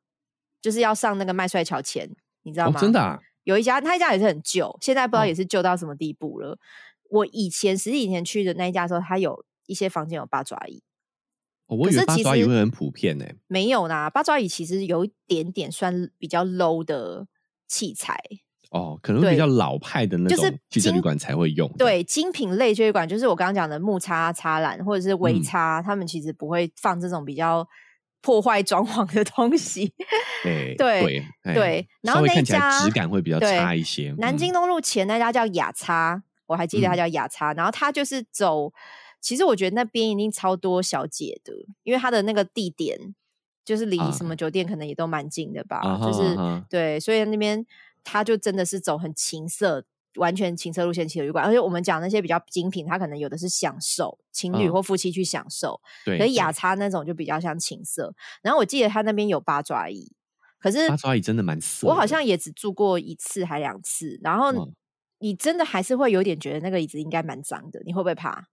就是要上那个麦帅桥前，你知道哦吗？真的、啊，有一家，那一家也是很旧，现在不知道哦也是旧到什么地步了。我以前十几年前去的那一家的时候，它有一些房间有八爪椅，哦我可以为是八其爪椅实会很普遍呢、欸没有啦。八爪椅其实有一点点算比较 low 的器材，哦，可能会对比较老派的那就是种汽车经旅馆才会用。，对精品类这一馆，就是我刚刚讲的木叉、叉篮或者是微嗯叉，他们其实不会放这种比较破坏装潢的东西。对哎，对，哎对然稍后微那看起来家质感会比较对差一些。南嗯京东路前那家叫雅叉，我还记得它嗯叫雅叉。然后它就是走，其实我觉得那边一定超多小姐的，因为它的那个地点就是离啊什么酒店可能也都蛮近的吧，啊哈就是、啊哈对，所以那边它就真的是走很情色。完全情色路线情侣馆，而且我们讲那些比较精品，它可能有的是享受情侣嗯或夫妻去享受，对，可啊是对雅叉那种就比较像情色。然后我记得它那边有八爪椅，可是八爪椅真的蛮色的。我好像也只住过一次还两次，然后嗯你真的还是会有点觉得那个椅子应该蛮脏的，你会不会怕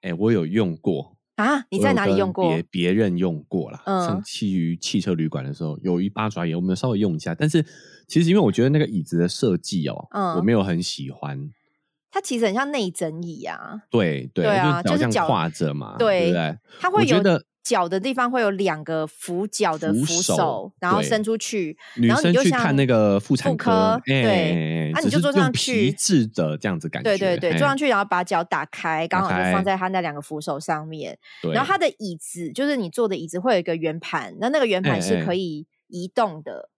哎、我有用过。啊？你我在有哪里跟用过别？别人用过啦。嗯像去于汽车旅馆的时候，有一八爪椅，我们有稍微用一下。但是其实因为我觉得那个椅子的设计哦，嗯我没有很喜欢。它其实很像内诊椅啊，对对，对啊就就是脚这脚样跨着嘛，对对不对？它我会觉有得脚的地方会有两个扶脚的扶扶手，手然后对伸出去，女然后你生就去像看那个妇妇产科哎、对啊只你就是坐用上去皮质的这样子感觉，对对对，哎坐上去然后把脚打开，刚打好就放开在它那两个扶手上面。对，然后它的椅子就是你坐的椅子会有一个圆盘，那那个圆盘是哎可哎以移动的，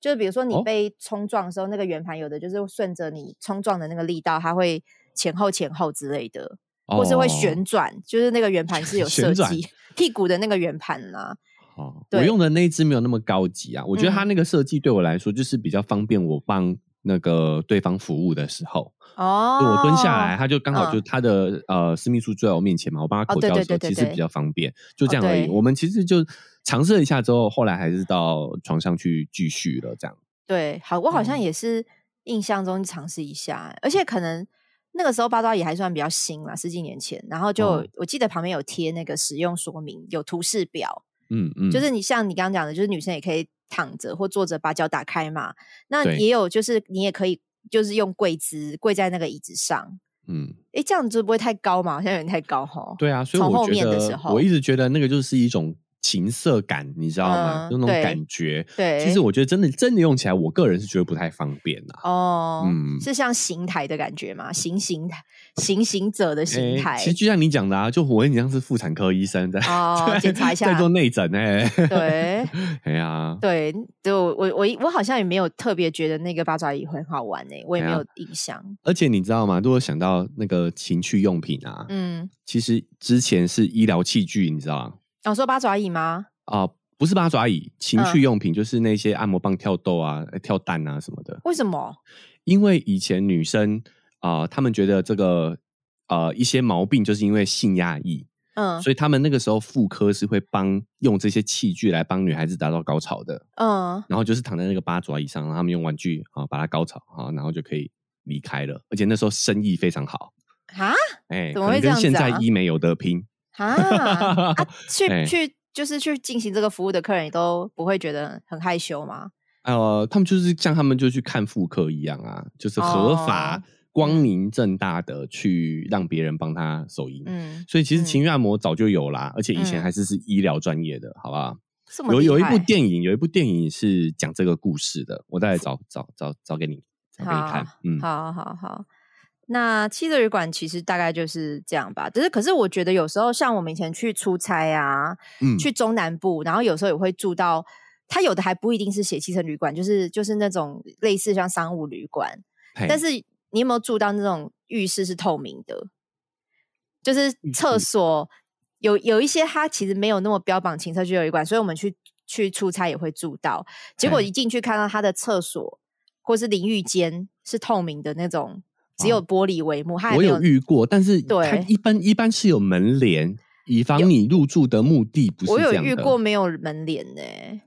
就是比如说你哦被冲撞的时候，那个圆盘有的就是顺着你冲撞的那个力道，它会前后前后之类的，或是会旋哦转，就是那个圆盘是有旋设转计 屁股的那个圆盘啦、哦，我对用的那一只没有那么高级啊，我觉得它嗯那个设计对我来说就是比较方便，我帮那个对方服务的时候，哦，就我蹲下来，他就刚好嗯就他的呃私密处就在我面前嘛，我帮他哦口对交的对时候对对其实对比较方便，就哦这样而已。对我们其实就尝试了一下之后，后来还是到床上去继续了这样。对，好，我好像嗯也是印象中尝试一下欸，而且可能那个时候八爪也还算比较新啦，十几年前。然后就、哦我记得旁边有贴那个使用说明，有图示表，嗯嗯，就是你像你刚刚讲的，就是女生也可以躺着或坐着把脚打开嘛。那对也有就是你也可以就是用跪姿跪在那个椅子上，嗯，诶，这样子不会太高嘛？好像有点太高哈。对啊，所以从后我觉面的时得候我一直觉得那个就是一种情色感，你知道吗？嗯就那对种感觉。对，其实我觉得真的真的用起来，我个人是觉得不太方便啊。哦，嗯是像行台的感觉嘛？行行行行者的行诶台。其实就像你讲的啊，就我很像是妇产科医生在哦检 查一下在做内诊哎、对 哎呀，对，就我我我好像也没有特别觉得那个八爪鱼很好玩诶、我也没哎呀有印象。而且你知道吗？如果想到那个情趣用品啊，嗯，其实之前是医疗器具，你知道吗？我、哦说八爪鱼吗？啊、不是八爪椅，情嗯趣用品就是那些按摩棒、跳豆啊、呃跳蛋啊什么的。为什么？因为以前女生啊，她、们觉得这个呃一些毛病，就是因为性压抑，嗯所以她们那个时候妇科是会帮用这些器具来帮女孩子达到高潮的。嗯，然后就是躺在那个八爪椅上，然后他们用玩具啊把它高潮啊，然后就可以离开了。而且那时候生意非常好，哈哎、怎可么会能这跟样现子啊在医美有得拼。哈 啊，去、哎去就是去进行这个服务的客人，你都不会觉得很害羞吗？呃，他们就是像他们就去看妇科一样啊，就是合法、哦光明正大的去让别人帮他手淫。嗯，所以其实嗯情欲按摩早就有啦，而且以前嗯还是是医疗专业的，好不好？这么有厉有一害部电影，有一部电影是讲这个故事的，我再来找找找找给你找给你看好。嗯，好好好，那七的旅馆其实大概就是这样吧。只是可是我觉得有时候像我们以前去出差啊，嗯去中南部，然后有时候也会住到，它有的还不一定是写七层旅馆，就是就是那种类似像商务旅馆，嘿但是你有没有住到那种浴室是透明的？就是浴厕室所有有一些它其实没有那么标榜情色居留旅馆，所以我们去去出差也会住到。结果嘿一进去看到它的厕所或是淋浴间是透明的那种，只有玻璃帷幕，它还哦我没有遇过，但是它对一般一般是有门帘，以防你入住的目的不是我有这样遇的过没有门帘呢、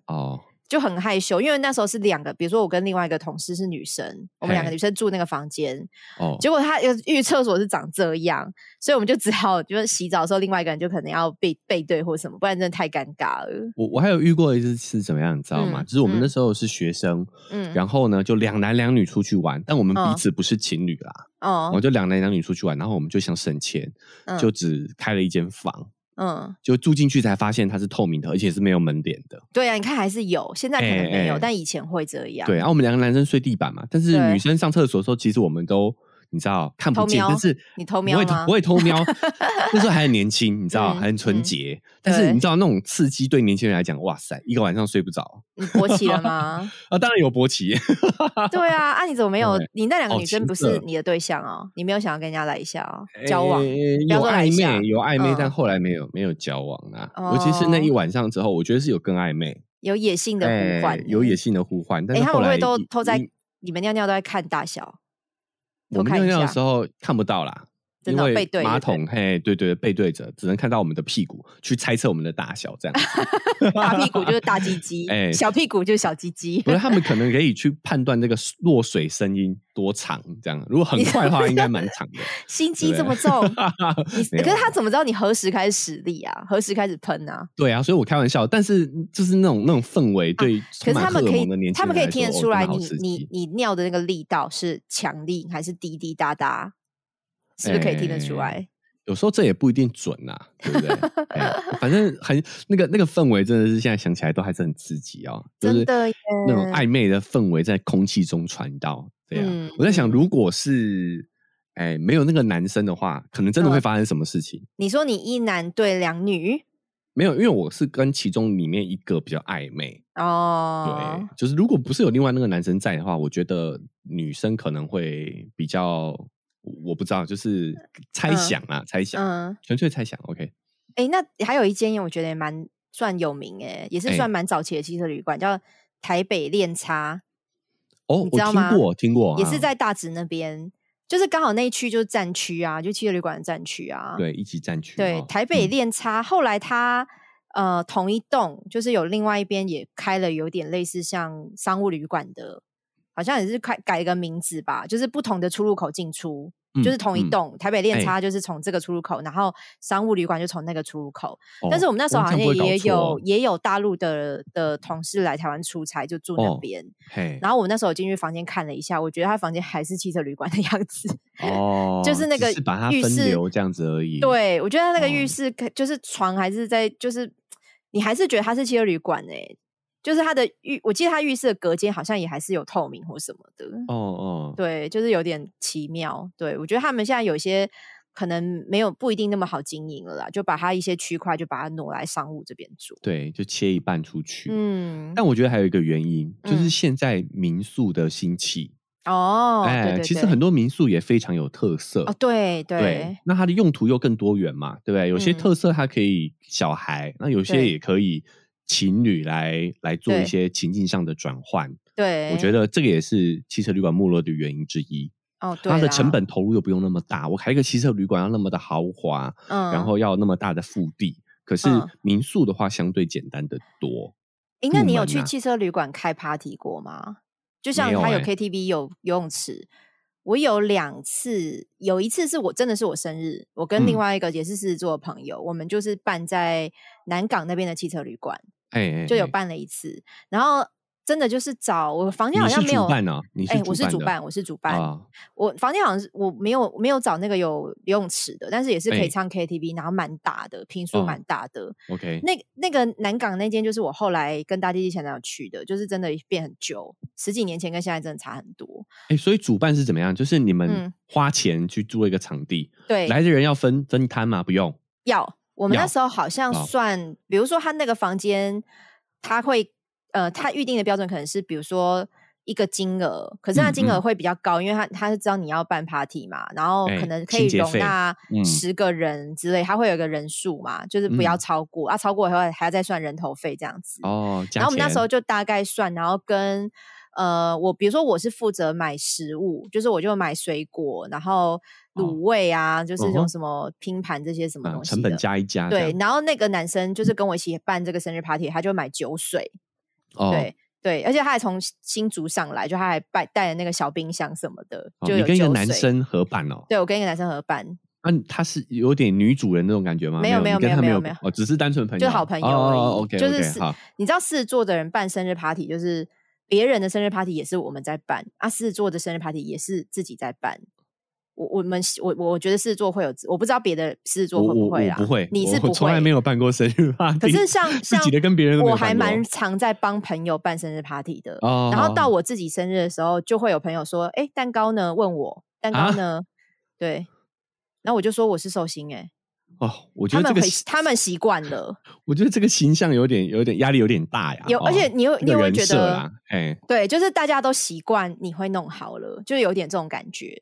哦，就很害羞，因为那时候是两个，比如说我跟另外一个同事是女生，我们两个嘿女生住那个房间，哦，结果他有预厕所是长这样，所以我们就只好就是洗澡的时候，另外一个人就可能要背背对或什么，不然真的太尴尬了。我我还有遇过一次是怎么样，你知道吗？嗯就是我们嗯那时候是学生，嗯，然后呢就两男两女出去玩，但我们嗯彼此不是情侣啦，然后哦，就两男两女出去玩，然后我们就想省钱，嗯就只开了一间房，嗯，就住进去才发现它是透明的，而且是没有门帘的。对啊，你看还是有，现在可能没有，哎哎但以前会这样。对，然、后我们两个男生睡地板嘛，但是对女生上厕所的时候，其实我们都你知道看不偷见，瞄但是你偷不瞄会吗不会偷 瞄，那时候还很年轻，你知道，嗯还很纯嗯洁。但是对你知道那种刺激对年轻人来讲，哇塞，一个晚上睡不着你勃起了 吗？啊！当然有勃起，对啊，啊，你怎么没有对？哦你那两个好女生情不色是你的对象哦，你没有想要跟人家来一下哦，交往？诶不要有说来一暧下昧，有暧昧嗯，但后来没有没有交往啊。尤其是那一哦晚上之后，我觉得是有更暧昧，有野性的呼诶唤，哎有野。性的呼唤，但哎，是他后们会来不会都一偷在一你们尿尿都在看大小？我偷们看尿一尿的下时候看不到啦，真因的哦背为对对马不。桶嘿，对对，背对着，只能看到我们的屁股，去猜测我们的大小这样子大屁股就是大鸡鸡， 哎小屁股就是小鸡鸡。不是，他们可能可以去判断这个落水声音多长，这样如果很快的话，应该蛮长 的。心机对这不么对重，你没可有啊是他怎么知道你何时开始使力啊？何时开始喷啊？对啊，所以我开玩笑，但是就是那种那种氛围，对可是充满他荷们尔可以蒙的年，轻他人们可以来听得说出哦来真的好你刺你激你尿的那个力道是强力还是滴滴答答，是不是可以听得出哎来？有时候这也不一定准呐、对不对？ 哎反正很那个那个氛围，真的是现在想起来都还是很刺激哦，就是真的耶那种暧昧的氛围在空气中传到。这样，嗯我在想，嗯如果是哎没有那个男生的话，可能真的会嗯发生什么事情？你说你一男对两女没有，因为我是跟其中里面一个比较暧昧，对，哦，就是如果不是有另外那个男生在的话，我觉得女生可能会比较，我不知道，就是猜嗯想啊，猜想，嗯，纯粹猜想。OK，哎，那还有一间我觉得也蛮算有名哎，也是哎算蛮早期的汽车旅馆，叫台北恋叉。哦，你知我道听吗过，听过，也是啊在大直那边，就是刚好那一区就是战区啊，就汽车旅馆的战区啊。对一级战区哦，对台北嗯练差，后来它呃同一栋就是有另外一边也开了有点类似像商务旅馆的，好像也是开改一个名字吧，就是不同的出入口进出。嗯就是同一嗯栋、台北恋哎差就是从这个出入口，然后商务旅馆就从那个出入口。哦但是我们那时候好像这样不会搞也错有、哦也有大陆的的同事来台湾出差，就住那哦边。嘿，然后我们那时候进去房间看了一下，我觉得他房间还是汽车旅馆的 样子。 哦，就是那只个是把它浴分室流这样子而已。，对，我觉得他那个浴哦室可、就是床还是在，就是你还是觉得它是汽车旅馆哎、就是它的浴，我记得它浴室的隔间好像也还是有透明或什么的。哦哦，对，就是有点奇妙。对我觉得他们现在有些可能没有不一定那么好经营了啦，就把它一些区块就把它挪来商务这边住。对，就切一半出去。嗯，但我觉得还有一个原因，就是嗯现在民宿的兴起，哦，哎、对对其实对很多民宿也非常有特色。哦，对对对，那它的用途又更多元嘛，对不对？有些嗯特色它可以小孩，那有些对也可以情侣来来做对一些情境上的转换。对，我觉得这个也是汽车旅馆没落的原因之一。哦，对它的啦成，本投入又不用那么大，我开个汽车旅馆要那么的豪华，嗯，然后要那么大的腹地。可是嗯民宿的话，相对简单的多。诶，那入你有门去啊汽车旅馆开 party 过吗？就像有它有欸 KTV 有游泳池，我有两次，有一次是我真的是我生日，我跟另嗯外一个也是狮子座的朋友，我们就是办在南港那边的汽车旅馆，哎，哎就有哎办了一次，然后真的就是找我房间好你是像没主有。办啊，你是哎、我是主的办，我是主办。啊，我房间好像是我没有没有找那个有游泳池的，但是也是可哎以唱 KTV，、然后蛮大的，平数哦蛮大的。 OK，那个那个南港那间就是我后来跟大弟弟前男友去的，就是真的变很久，十几年前跟现在真的差很多。哎、所以主办是怎么样？就是你们嗯花钱去租一个场地，对，来的人要分分摊嘛，不用要我们那要哦时候好像好算，比如说他那个房间，他会呃，他预定的标准可能是比如说。一个金额，可是他嗯金额嗯会比较高，因为他他是知道你要办 party 嘛，然后哎可能可清以洁容费纳嗯十个人之类，他会有一个人数嘛，就是不要嗯超过，啊，超过以后还要再算人头费这样子。哦。嗯加然后我们那时候钱就大概算，然后跟呃，我比如说我是负责买食物，就是我就买水果，然后哦卤味啊，就是这嗯哼种什么拼盘这些什么啊东，西成的。本加一加这样，嗯对，然后那个男生就是跟我一起办这个生日 party，他就买酒水，哦，对对，而且他还从新新竹上来，就他还带带了那个小冰箱什么的，哦就你有跟一个酒男水，生合办哦，对我跟一个男生合办，啊，他是有点女主人那种感觉吗？没有没没有你没跟有他没有有没有哦，只是单纯朋友，就好朋友哦而已。哦 OK，就是 OK，是好，你知道狮子座的人办生日 party，就是别人的生日 party 也是我们在办，啊，狮子座的生日 party 也是自己在办。我我们我我觉得狮子座会有，我不知道别的狮子座我会我不我会啦，不会，你是我不会，从来没有办过生日 party，可是像自像己的跟别人都我没有办还过蛮常在帮朋友办生日 party 的。哦，然后到我自己生日的时候，就会有朋友说：“哎、蛋糕呢？”问我蛋啊糕呢？对，然后我就说我是寿星、哎，哦，我觉他得们这会个他们习惯了，我觉得这个形象有点有点压力有点大呀，有，而哦且你又这你个也会人觉设得啦，哎，对，就是大家都习惯你会弄好了，就有点这种感觉。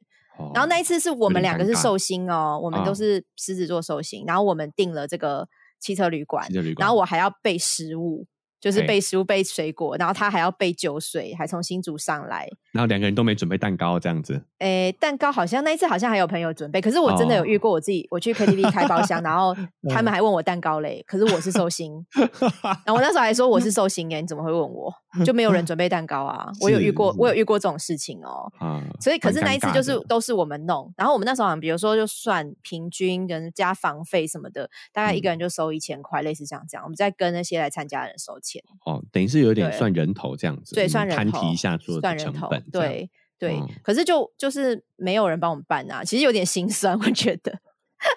然后那一次次是我有们点两个尴是尬寿星哦，我们啊都是狮子座寿星，然后我们订了这个汽车旅馆，旅馆，然后我还要备食物，就是哎备食物备水果，然后他还要备酒水，还从新竹上来。然后两个人都没准备蛋糕这样子，诶，蛋糕好像那一次好像还有朋友准备，可是我真的有遇哦嗯过我自己，我去 KTV 开包厢， 然后他们还问我蛋糕嘞，可是我是寿星，然后我那时候还说我是寿星耶，你怎么会问我？就没有人准备蛋糕啊？我有遇是过，我有是遇过这种事情哦。啊，所以，可是蛮那一尴次尬就是的都是我们弄，然后我们那时候好像比如说就算平均人加房费什么的，大概一个嗯人就收一千块，类似像这样，我们再跟那些来参加的人收钱，哦，等于是有点对算人头这样子，对，你算们人摊头，提一下做算的人成头本，，对对嗯。可是就就是没有人帮我们办啊，其实有点心酸，我觉得，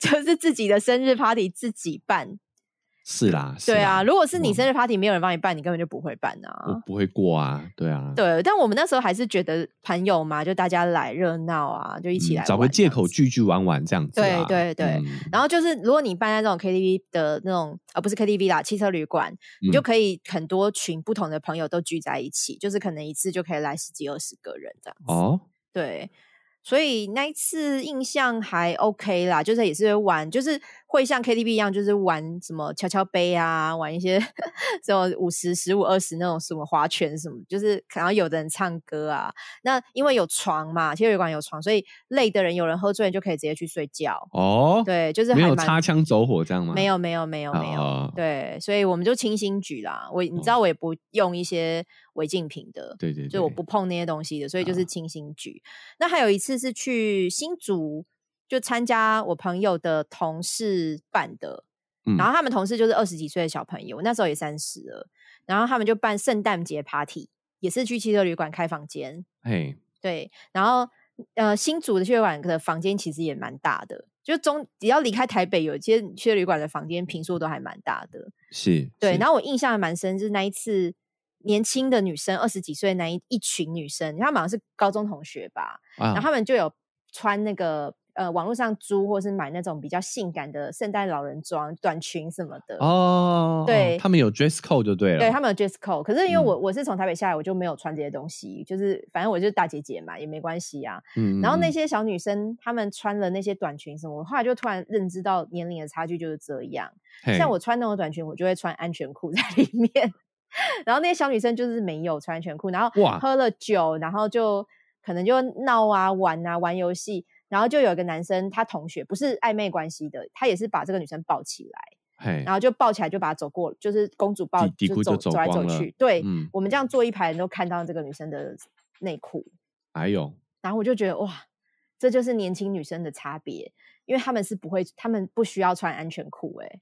就是自己的生日 party 自己办，是啦，是对啊，啦如果是你嗯生日 party 没有人帮你办，你根本就不会办我啊。不会过啊，对啊，对，但我们那时候还是觉得朋友嘛，就大家来热闹啊，就一起嗯来、找个借口。聚聚玩玩这样子对啦，对对嗯，然后就是，如果你办在这种 KTV 的那种，呃，不是 KTV 啦，汽车旅馆，你就嗯可以很多群不同的朋友都聚在一起，就是可能一次就可以来十几二十个人这样子。哦，对，所以那一次印象还 OK 啦，就是也是会玩，就是会像 KTV 一样，就是玩什么跷跷杯啊，玩一些 什么五十、十五、二十那种什么划拳什么，就是然后有的人唱歌啊，那因为有床嘛，其实旅馆有床，所以累的人有人喝醉就可以直接去睡觉。哦，，对，就是没还有蛮擦枪走火这样吗？没有没有没有没有，哦对，所以我们就清新局啦。我你知哦道，我也不用一些，违禁品的，对对对，嗯所以我不碰那些东西的，所以就是清新局。那还有一次是去新竹，就参加我朋友的同事办的，嗯然后他们同事就是二十几岁的小朋友，我那时候也三十了，然后他们就办圣诞节 party，也是去汽车旅馆开房间，嘿，对，然后呃，新竹的汽车旅馆的房间其实也蛮大的，就中只要离开台北，有一些汽车旅馆的房间平数都还蛮大的。是，对，是然后我印象还蛮深，就是那一次年轻的女生，二十几岁那一一群女生，她们好像是高中同学吧，啊，然后她们就有穿那个呃网络上租或是买那种比较性感的圣诞老人装、短裙什么的。哦，对哦他们有 dress code 就对了，对他们有 dress code，可是因为嗯我我是从台北下来，我就没有穿这些东西，就是反正我就是大姐姐嘛，也没关系啊。嗯，然后那嗯些小女生她们穿了那些短裙什么，我后来就突然认知到年龄的差距就是这样。嗯嘿像我穿那种短裙，我就会穿安全裤在里面， 然后那些小女生就是没有穿安全裤，然后哇喝了酒，然后就可能就闹啊玩啊玩游戏，然后就有一个男生，他同学不是暧昧关系的，他也是把这个女生抱起来，嘿然后就抱起来就把她走过，就是公主抱，底底裤就走走来走光了去。对、嗯，我们这样坐一排人都看到这个女生的内裤，还有然后我就觉得哇，这就是年轻女生的差别，因为她们是不会，她们不需要穿安全裤、欸，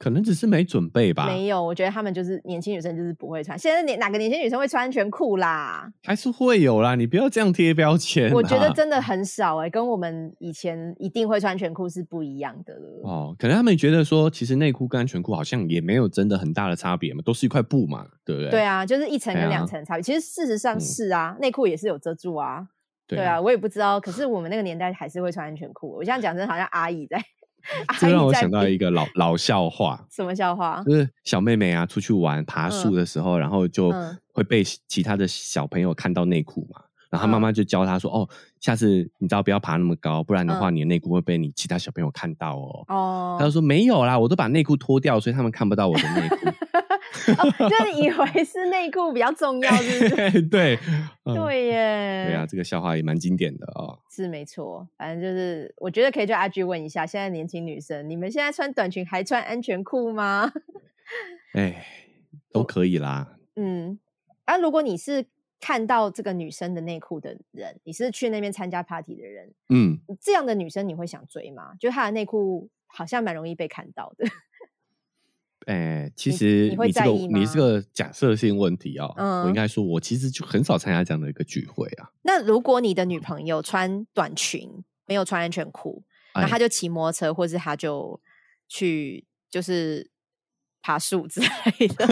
可能只是没准备吧，没有，我觉得她们就是年轻女生就是不会穿。现在年哪个年轻女生会穿安全裤啦？还是会有啦，你不要这样贴标签啦，我觉得真的很少哎、跟我们以前一定会穿安全裤是不一样的了。哦，可能他们觉得说，其实内裤跟安全裤好像也没有真的很大的差别嘛，都是一块布嘛，对不对？对啊，就是一层哎跟两呀层的差别。其实事实上嗯是啊，内裤也是有遮住啊。对对啊，，我也不知道，可是我们那个年代还是会穿安全裤。我这样讲真的好像阿 姨在，这阿让姨我在想到比一个老老笑话，什么笑话？就是小妹妹啊，出去玩爬树的时候，然后就嗯会被其他的小朋友看到内裤嘛。然后她嗯妈妈就教她说：“哦，下次你知道不要爬那么高，不然的话你的内裤会被你其他小朋友看到哦。嗯哦， 她就说：“没有啦，我都把内裤脱掉，所以他们看不到我的内裤。哦，就是以为是内裤比较重要， 是不是？对对， 嗯对耶，对啊，这个笑话也蛮经典的哦。是没错。反正就是，我觉得可以叫阿 G 问一下，现在年轻女生，你们现在穿短裙还穿安全裤吗？ 哎，都可以啦。嗯，啊，如果你是看到这个女生的内裤的人，你是去那边参加 party 的人，嗯，这样的女生你会想追吗？就她的内裤好像蛮容易被看到的。哎，其你实你会这在个意你这吗个假设性问题哦，嗯我应该说，我其实就很少参加这样的一个聚会啊。那如果你的女朋友穿短裙，没有穿安全裤，然哎后她就骑摩托车，或是她就去就是爬树之类 的，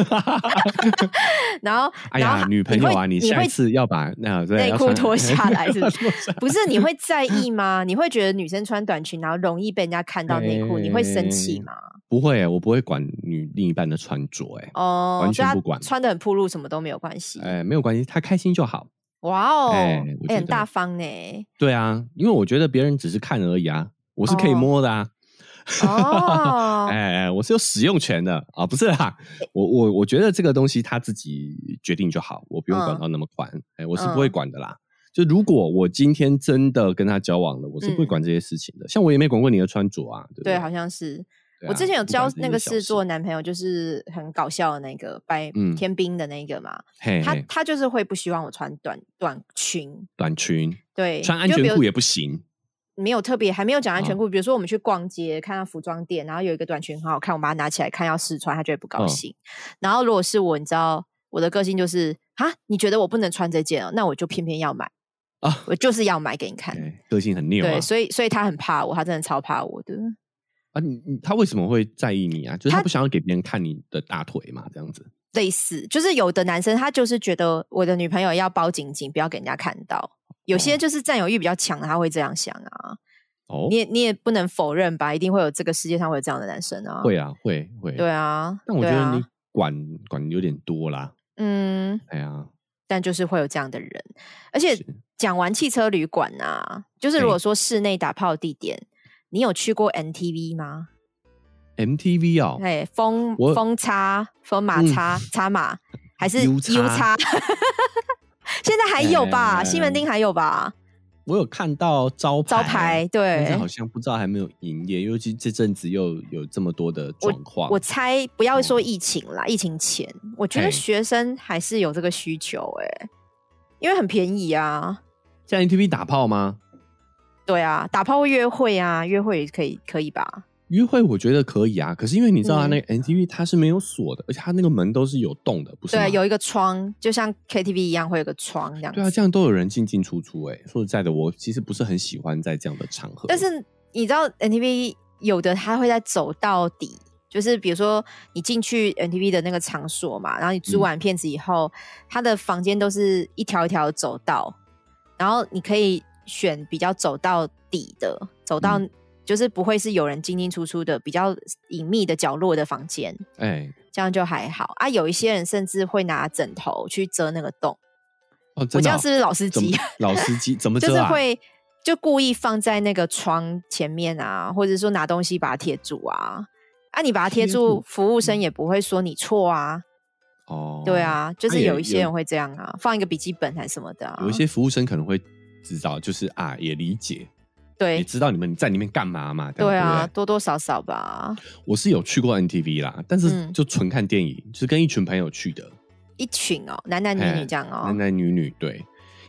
然后哎然后呀她，女朋友啊，你会你下一会次要把那对内要裤穿脱下来是不要是脱下来不是你会 在意吗？你会觉得女生穿短裙，然后容易被人家看到内裤，你会生气哎吗？不会，我不会管女另一半的穿着，哎，哦，完所以全她不管穿的很暴露，什么都没有关系。哎，没有关系，她开心就好。哇哦，哎哎、我觉很大得方呢。对啊，因为我觉得别人只是看而已啊，我是可以哦摸的啊。哦 哎，哎我是有使用权的啊，不是啦，我我我觉得这个东西他自己决定就好，我不用管嗯到那么宽，哎，我是不会嗯管的啦。就如果我今天真的跟他交往了，我是不会嗯管这些事情的。像我也没管过你的穿着啊，对不对，好像是。对我啊之前有不管交这那些个小事做事，男朋友，就是很搞笑的那个白嗯天兵的那个嘛，嘿他嘿，他就是会不希望我穿短短裙，短裙对，穿安就比全如裤也不行。没有特别，还没有讲安全嗯裤。比如说我们去逛街，看到服装店，然后有一个短裙很好看，我把它拿起来看要试穿，他就会不高嗯兴。然后如果是我，你知道我的个性就是啊，你觉得我不能穿这件哦，那我就偏偏要买啊我就是要买给你看。哎，个性很拗啊对，！所以所以他很怕我，他真的超怕我的。啊，你你他为什么会在意你啊？就是他他不想要给别人看你的大腿嘛，这样子。类似，就是有的男生他就是觉得我的女朋友要包紧紧，不要给人家看到。有些哦就是占有欲比较强的，他会这样想啊。哦你，也你也不能否认吧，一定会有这个世界上会有这样的男生啊。会啊，会会。对，啊，但我觉对得啊你管管有点多啦。嗯，哎呀，但就是会有这样的人。而且是讲完汽车旅馆啊，就是如嘿果说室内打炮的地点，你有去过 NTV 吗？ MTV 哦，哎，风我风叉、风马嗯叉、叉马，还是 U U 叉叉？现在还有吧？西门哎町还有吧？我有看到招牌，招牌对但是好像不知道还没有营业，尤其这阵子又有这么多的状况。我猜不要说疫情啦，疫情前，我觉得哦嘿学生还是有这个需求哎、因为很便宜啊。现在 ATP 打炮吗？对啊，打炮或约会啊，约会也可以可以吧？约会我觉得可以啊，可是因为你知道它嗯那个 NTV 它是没有锁的，而且它那个门都是有洞的，不是吗？对，有一个窗，就像 KTV 一样会有个窗这样子。对啊，这样都有人进进出出、欸。哎，说实在的，我其实不是很喜欢在这样的场合。但是你知道 NTV 有的它会在走到底，就是比如说你进去 NTV 的那个场所嘛，然后你租嗯完片子以后，它的房间都是一条一条的走道，然后你可以选比较走到底的，走嗯到、就是不会是有人进进出出的比较隐秘的角落的房间，哎、这样就还好啊。有一些人甚至会拿枕头去遮那个洞，哦，我真这的、样哦是，不是老司怎么机？老司机怎 么就遮是啊？会就故意放在那个窗前面啊，或者说拿东西把它贴住啊。啊，你把它贴贴住住，嗯服务生也不会说你错啊。哦，对，啊，就那是也有一些有人会这样啊，放一个笔记本还是什么的、啊。有一些服务生可能会知道，就是啊，也理解，也对知道你们在里面干嘛嘛。这样对啊，对不多多少少吧，对我是有去过 NTV 啦，但是嗯就纯看电影，就是跟一群朋友去的，一群哦，男男女嘿女这样哦。男男女女对。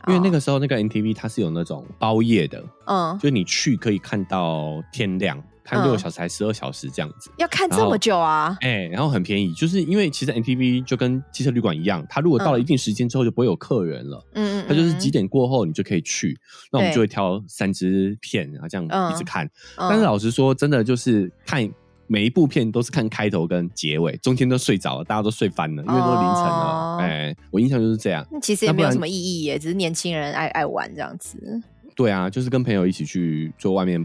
因为那个时候那个 NTV 它是有那种包夜的，哦嗯，就你去可以看到天亮，看六小时还十二小时这样子。要看这然后么久啊？哎、然后很便宜，就是因为其实 NTV 就跟汽车旅馆一样，它如果到了嗯一定时间之后就不会有客人了，嗯嗯，它就是嗯几？点过后你就可以去，那我们对就会挑三支片，然后这样嗯一直看。嗯但是老实说，真的就是看每一部片都是看开头跟结尾，中间都睡着了，大家都睡翻了，因为都凌晨了哦。哎、我印象就是这样。那其实也那不没有然什么意义耶，只是年轻人爱爱玩这样子。对啊，就是跟朋友一起去做外面。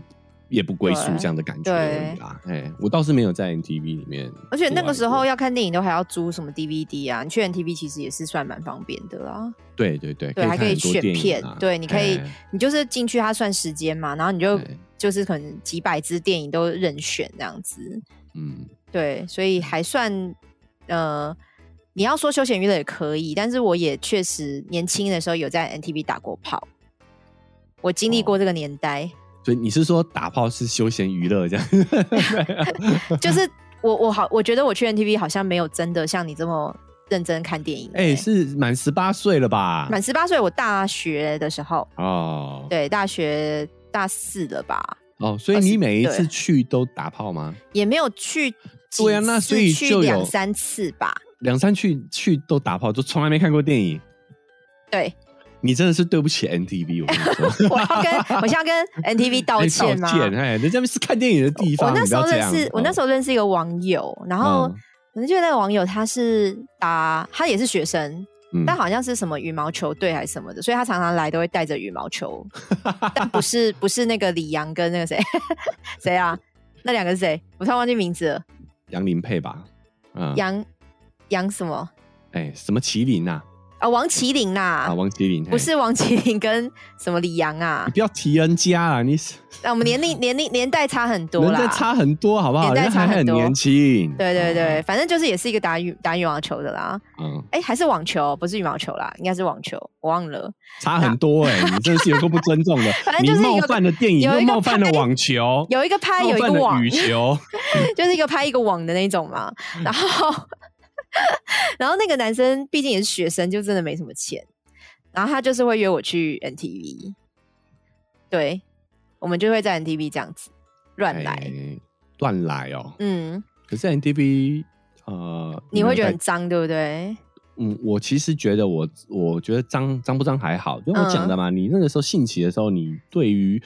夜不归宿对这样的感觉而已啦，哎、我倒是没有在 NTV 里面，而且那个时候要看电影都还要租什么 DVD 啊，你去 NTV 其实也是算蛮方便的啦。对对对，对，还可看以很多选电影片啊，对，你可以哎，你就是进去它算时间嘛，然后你就对就是可能几百支电影都任选这样子，嗯，对，所以还算呃，你要说休闲娱乐也可以，但是我也确实年轻的时候有在 NTV 打过炮，我经历哦过这个年代，所以你是说打炮是休闲娱 乐这样？ 就是我我好，我觉得我去 NTV 好像没有真的像你这么认真看电影、欸，哎、是啊满十八岁了吧？满十八岁我大学的时候，哦，对，大学大四了吧，哦，所以你每一对次去都打炮吗？也没有去几对啊那次所以去就有两三次吧。两三去去都打炮，就从来没看过电影。对， 你真的是对不起 NTV，我跟你说，我要跟 我现在跟 NTV 道歉吗？道歉，哎，人家是看电影的地方，我那时候你不要这认样识，我那时候认识一个网友，然后嗯我就觉得那个网友他是打，他也是学生，嗯但好像是什么羽毛球队还是什么的，所以他常常来都会带着羽毛球， 但不是不是那个李阳跟那个谁 谁啊，那两个是谁？我突然忘记名字了，杨林配吧，嗯，杨杨什么哎，什么麒麟呐？啊？王麒麟啦啊，，王麒麟，嘿不，是王麒麟跟什么李阳啊你？不要提人家啊，你是那我们年龄年龄年代差很多人啦，家嗯差嗯很多，好不好？年代人家还差很很多年轻，对对对，反正就是也是一个打羽打羽毛球的啦，嗯，嗯。哎，还是网球，不是羽毛球啦，应该是网球，我忘了。差很多哎、你真的是有够不尊重的 反，正你就是有冒犯了电影，有又一个冒犯了拍网球，有一个拍，冒有一犯个哦了网羽，球， 就是一个拍一个网的那种 嘛。然后， 然后那个男生毕竟也是学生，就真的没什么钱，然后他就是会约我去 NTV，对，我们就会在 NTV 这样子乱来，哎乱来哦。嗯，可是 NTV 呃，你会觉得没有很在脏，对不对？嗯，我其实觉得我我觉得脏脏不脏还好，就像我讲的嗯嘛，你那个时候兴起的时候，你对于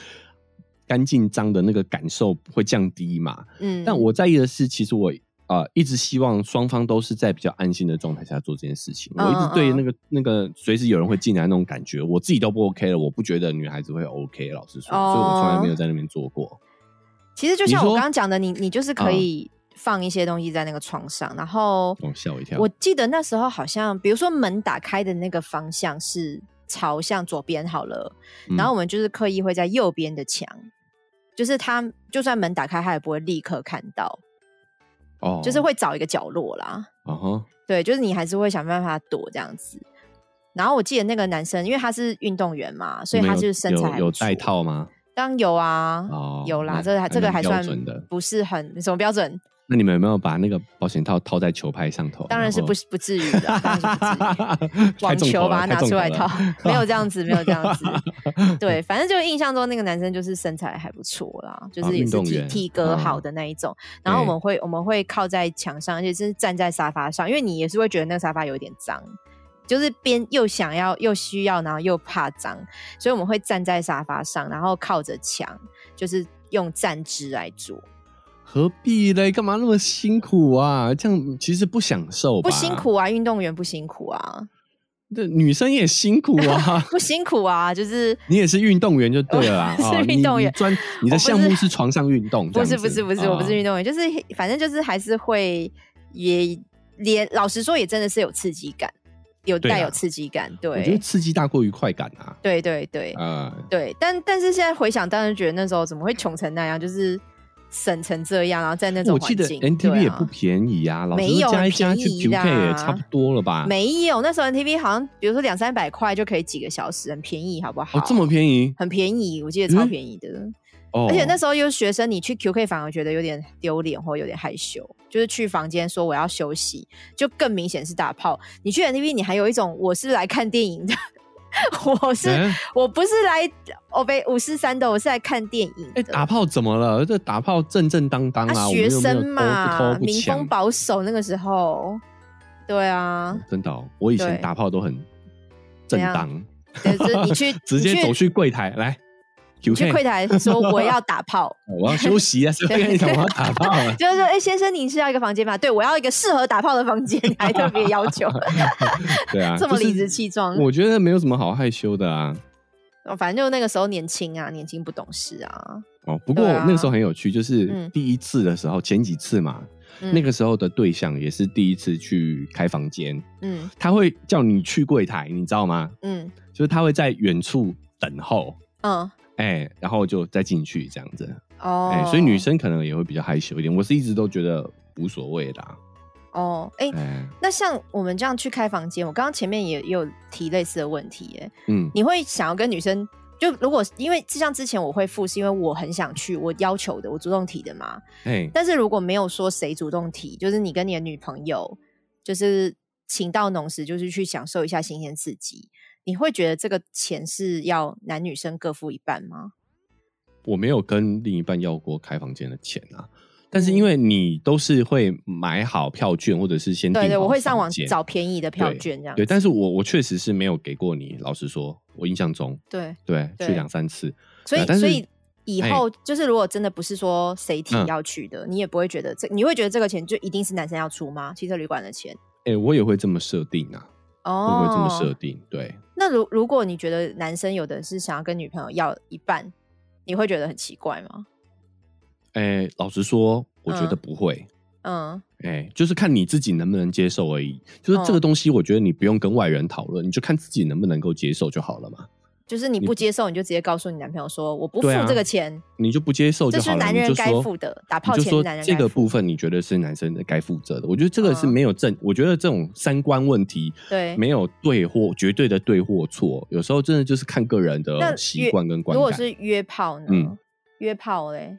干净脏的那个感受会降低嘛。嗯，但我在意的是，其实我。啊、一直希望双方都是在比较安心的状态下做这件事情。嗯我一直对嗯那个那个随时有人会进来那种感觉，我自己都不 OK 了。我不觉得女孩子会 OK，老实说，所以我从来哦没有在那边做过。其实就像你我说刚刚讲的，你你就是可嗯以放一些东西在那个床上，然后哦，吓我一跳！我记得那时候好像，比如说门打开的那个方向是朝向左边好了，嗯然后我们就是刻意会在右边的墙，就是他就算门打开，他也不会立刻看到，哦，就是会找一个角落啦。啊哈，对，就是你还是会想办法躲这样子。然后我记得那个男生，因为他是运动员嘛，所以你他们有就是身材还有有不错戴，套吗？当然有啊，哦有啦，那这个还那这个蛮还标算准的不是很什么标准，那你们有没有把那个保险套套在球拍上头？当然是不行，不至于的，当然是不至于。 太网重球口了把它太拿重出来口套了，没有这样子，没有这样 子。对，反正就印象中那个男生就是身材还不错啦，就啊是也运是动体员体格好啊的那一种。然后我对们会我们会靠在墙上，而且是站在沙发上，因为你也是会觉得那个沙发有一点脏。就是边又想要又需要，然后又怕脏，所以我们会站在沙发上，然后靠着墙，就是用站姿来做，何必嘞？干嘛那么辛苦啊？这样其实不享受吧？不辛，苦啊，运动员不辛苦啊，。对，女生也辛苦啊 不辛苦啊，就是你也是运动员就对了啦， 我是哦你运动员你专你我的不项是目是床上运动，不这是样不是子不是，我不是运哦动员，就是反正就是还是会也连老实说，也真的是有刺激感，有对带有啦刺激感，我觉得对刺激大过于快感啊，对对对啊、对，但但是现在回想，当然觉得那时候怎么会穷成那样，就是省成这样，然后在那种我记环得境， NTV 对也啊不便宜啊，老没师有加一加很去便宜 PK 的也啊差不多了吧？没有，那时候 NTV 好像比如说两三百块就可以几个小时，很便宜，好不好？哦，这么便宜很便宜，我记得超嗯便宜的。哦，而且那时候又是学生，你去 QK 反而觉得有点丢脸或有点害羞，就是去房间说我要休息，就更明显是打炮。你去 NTV，你还有一种我是来看电影的，我是、哎我不是来我被五四三的，我是来看电影哎、的。啊打炮怎么了？这打炮正正当当啊，我呃学们又没有生嘛偷，不偷不民风抢。保守那个时候，对啊，真的哦、我以前对打炮都很正当，对就是你去 直接你去走去柜台来。你去 QK 柜台说我要打 炮，我要休息 啊！谁会跟你讲我要打炮啊？就是说，哎、先生，你是要一个房间吗？对我要一个适合打炮的房间，你还特别要求。对啊，这么就是理直气壮我觉得没有什么好害羞的啊。哦，反正就那个时候年轻啊，年轻不懂事啊。哦，不过对啊那个时候很有趣，就是嗯第一次的时候，前几次嘛，嗯、那，个时候的对象也是第一次去开房间，嗯他会叫你去柜台，你知道吗？嗯就是他会在远处等候，嗯，哎、然后就再进去这样子。哦，哎、所以女生可能也会比较害羞一点。我是一直都觉得无所谓啦。哦，哎、哎、那像我们这样去开房间，我刚刚前面也也有提类似的问题、耶，嗯，你会想要跟女生？就如果因为就像之前我会付，是因为我很想去，我要求的，我主动提的嘛。哎、但是如果没有说谁主动提，就是你跟你的女朋友，就是情到浓时，就是去享受一下新鲜刺激，你会觉得这个钱是要男女生各付一半吗？我没有跟另一半要过开房间的钱啊。但嗯是因为你都是会买好票券，或者是先对订对，好我会上房网间找便宜的票券这样对，子。但是我我确实是没有给过你。老实说，我印象中，对，对，对去两三次，所以但是所以以哎后就是如果真的不是说谁提嗯要去的，你也不会觉得这，你会觉得这个钱就一定是男生要出吗？汽车旅馆的钱哎、我也会这么设定啊，我哦，也会这么设定。对，那如如果你觉得男生有的是想要跟女朋友要一半，你会觉得很奇怪吗？哎、老实说，我觉得嗯不会。嗯哎、就是看你自己能不能接受而已。就是这个嗯东西，我觉得你不用跟外人讨论，你就看自己能不能够接受就好了嘛。就是你不接受，你就直接告诉你男朋友说我不付对啊这个钱，你就不接受这就是好了，男你人就该说付的，打炮你就前说男人这该个付部分你觉得是男生的该负责的。我觉得这个是嗯没有正，我觉得这种三观问题对。没有对或绝对的对或错，有时候真的就是看个人那的习约惯跟观如果感。是约炮呢？嗯约炮嘞，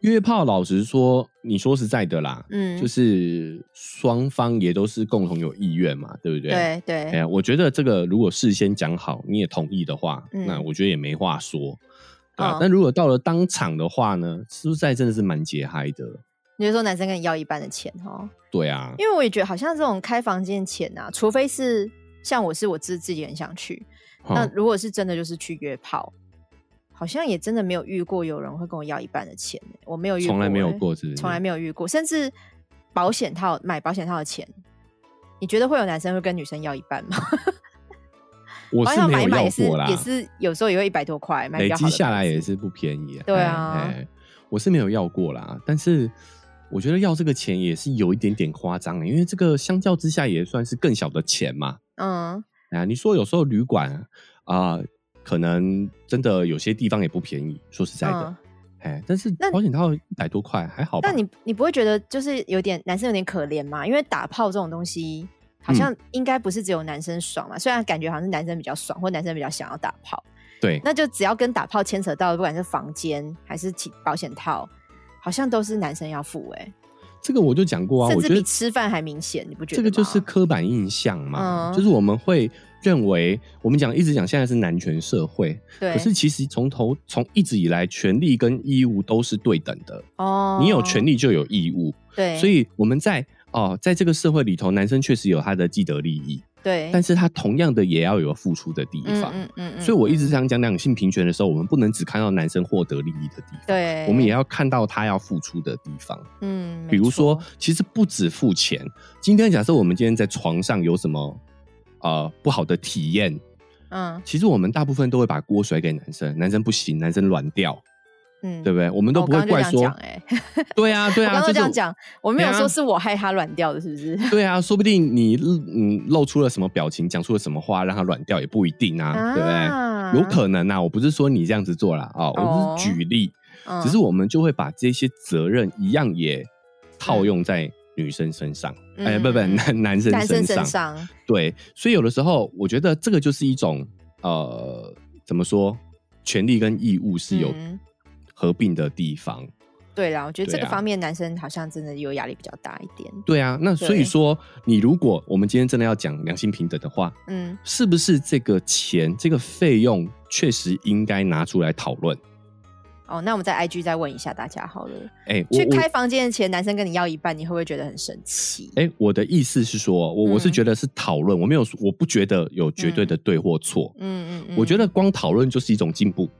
约炮，老实说，你说实在的啦，嗯，就是双方也都是共同有意愿嘛，对不对？对对，哎呀，我觉得这个如果事先讲好，你也同意的话，嗯那我觉得也没话说。对啊嗯，但如果到了当场的话呢，说实在真的是蛮解嗨的。你就说男生跟你要一半的钱哦，对啊，因为我也觉得好像这种开房间钱啊，除非是像我是我自自己很想去，那哈如果是真的就是去约炮，好像也真的没有遇过有人会跟我要一半的钱欸、我没有遇过、从来没有，过，是不是？从来没有遇过，甚至保险套买保险套的钱，你觉得会有男生会跟女生要一半吗？ 我保险套是没买有一买要也是过啦，也是有时候也会一百多块，买比累较好积的下来牌子也是不便宜。对哎啊哎我是没有要过啦，但是我觉得要这个钱也是有一点点夸张欸的，因为这个相较之下也算是更小的钱嘛。嗯啊，你说有时候旅馆啊、可能真的有些地方也不便宜，说实在的嗯，。哎、但是那保险套一百多块还好吧？但你你不会觉得就是有点男生有点可怜吗？因为打炮这种东西，好嗯像应该不是只有男生爽嘛，虽然感觉好像是男生比较爽，或男生比较想要打炮，对，那就只要跟打炮牵扯到，不管是房间还是起保险套，好像都是男生要付哎、这个我就讲过啊，甚我至觉比得吃饭还明显，你不觉得这吗？个就是刻板印象嘛，嗯就是我们会认为我们讲一直讲现在是男权社会，对，可是其实从头从一直以来，权利跟义务都是对等的，哦，你有权利就有义务，对，所以我们在哦，在这个社会里头，男生确实有他的既得利益，对，但是他同样的也要有付出的地嗯方。嗯嗯嗯，所以我一直嗯想讲两性平权的时候，我们不能只看到男生获得利益的地方，对，我们也要看到他要付出的地方。嗯，比如没说错，其实不止付钱。今天假设我们今天在床上有什么呃不好的体验，嗯其实我们大部分都会把锅甩给男生，男生不行，男生软掉，嗯，对不对？我们都哦不会刚刚怪就这说，样讲哎，对啊，对 我啊，刚刚是这样讲，我没有对啊说是我害他软掉的，是不是？对啊，说不定你嗯露出了什么表情，讲出了什么话，让他软掉也不一定啊，对不对？有可能啊，我不是说你这样子做啦，啊、哦嗯我只是举例，能只是我们就会把这些责任一样也套用在女生身上，嗯哎、不不，嗯男男生男生身身上，上，对，所以有的时候我觉得这个就是一种呃，怎么说，权利跟义务是有嗯合并的地方，对啦，我觉得这对个啊方面男生好像真的有压力比较大一点。对啊，那所以对说，你如果我们今天真的要讲良性平等的话，嗯，是不是这个钱、这个费用确实应该拿出来讨论？哦，那我们在 IG 再问一下大家好了。哎、我去我开房间的钱，男生跟你要一半，你会不会觉得很生气？哎、我的意思是说，我我是嗯觉得是讨论，我没有说，我不觉得有绝对的对或错。嗯嗯嗯，我觉得光讨论就是一种进步，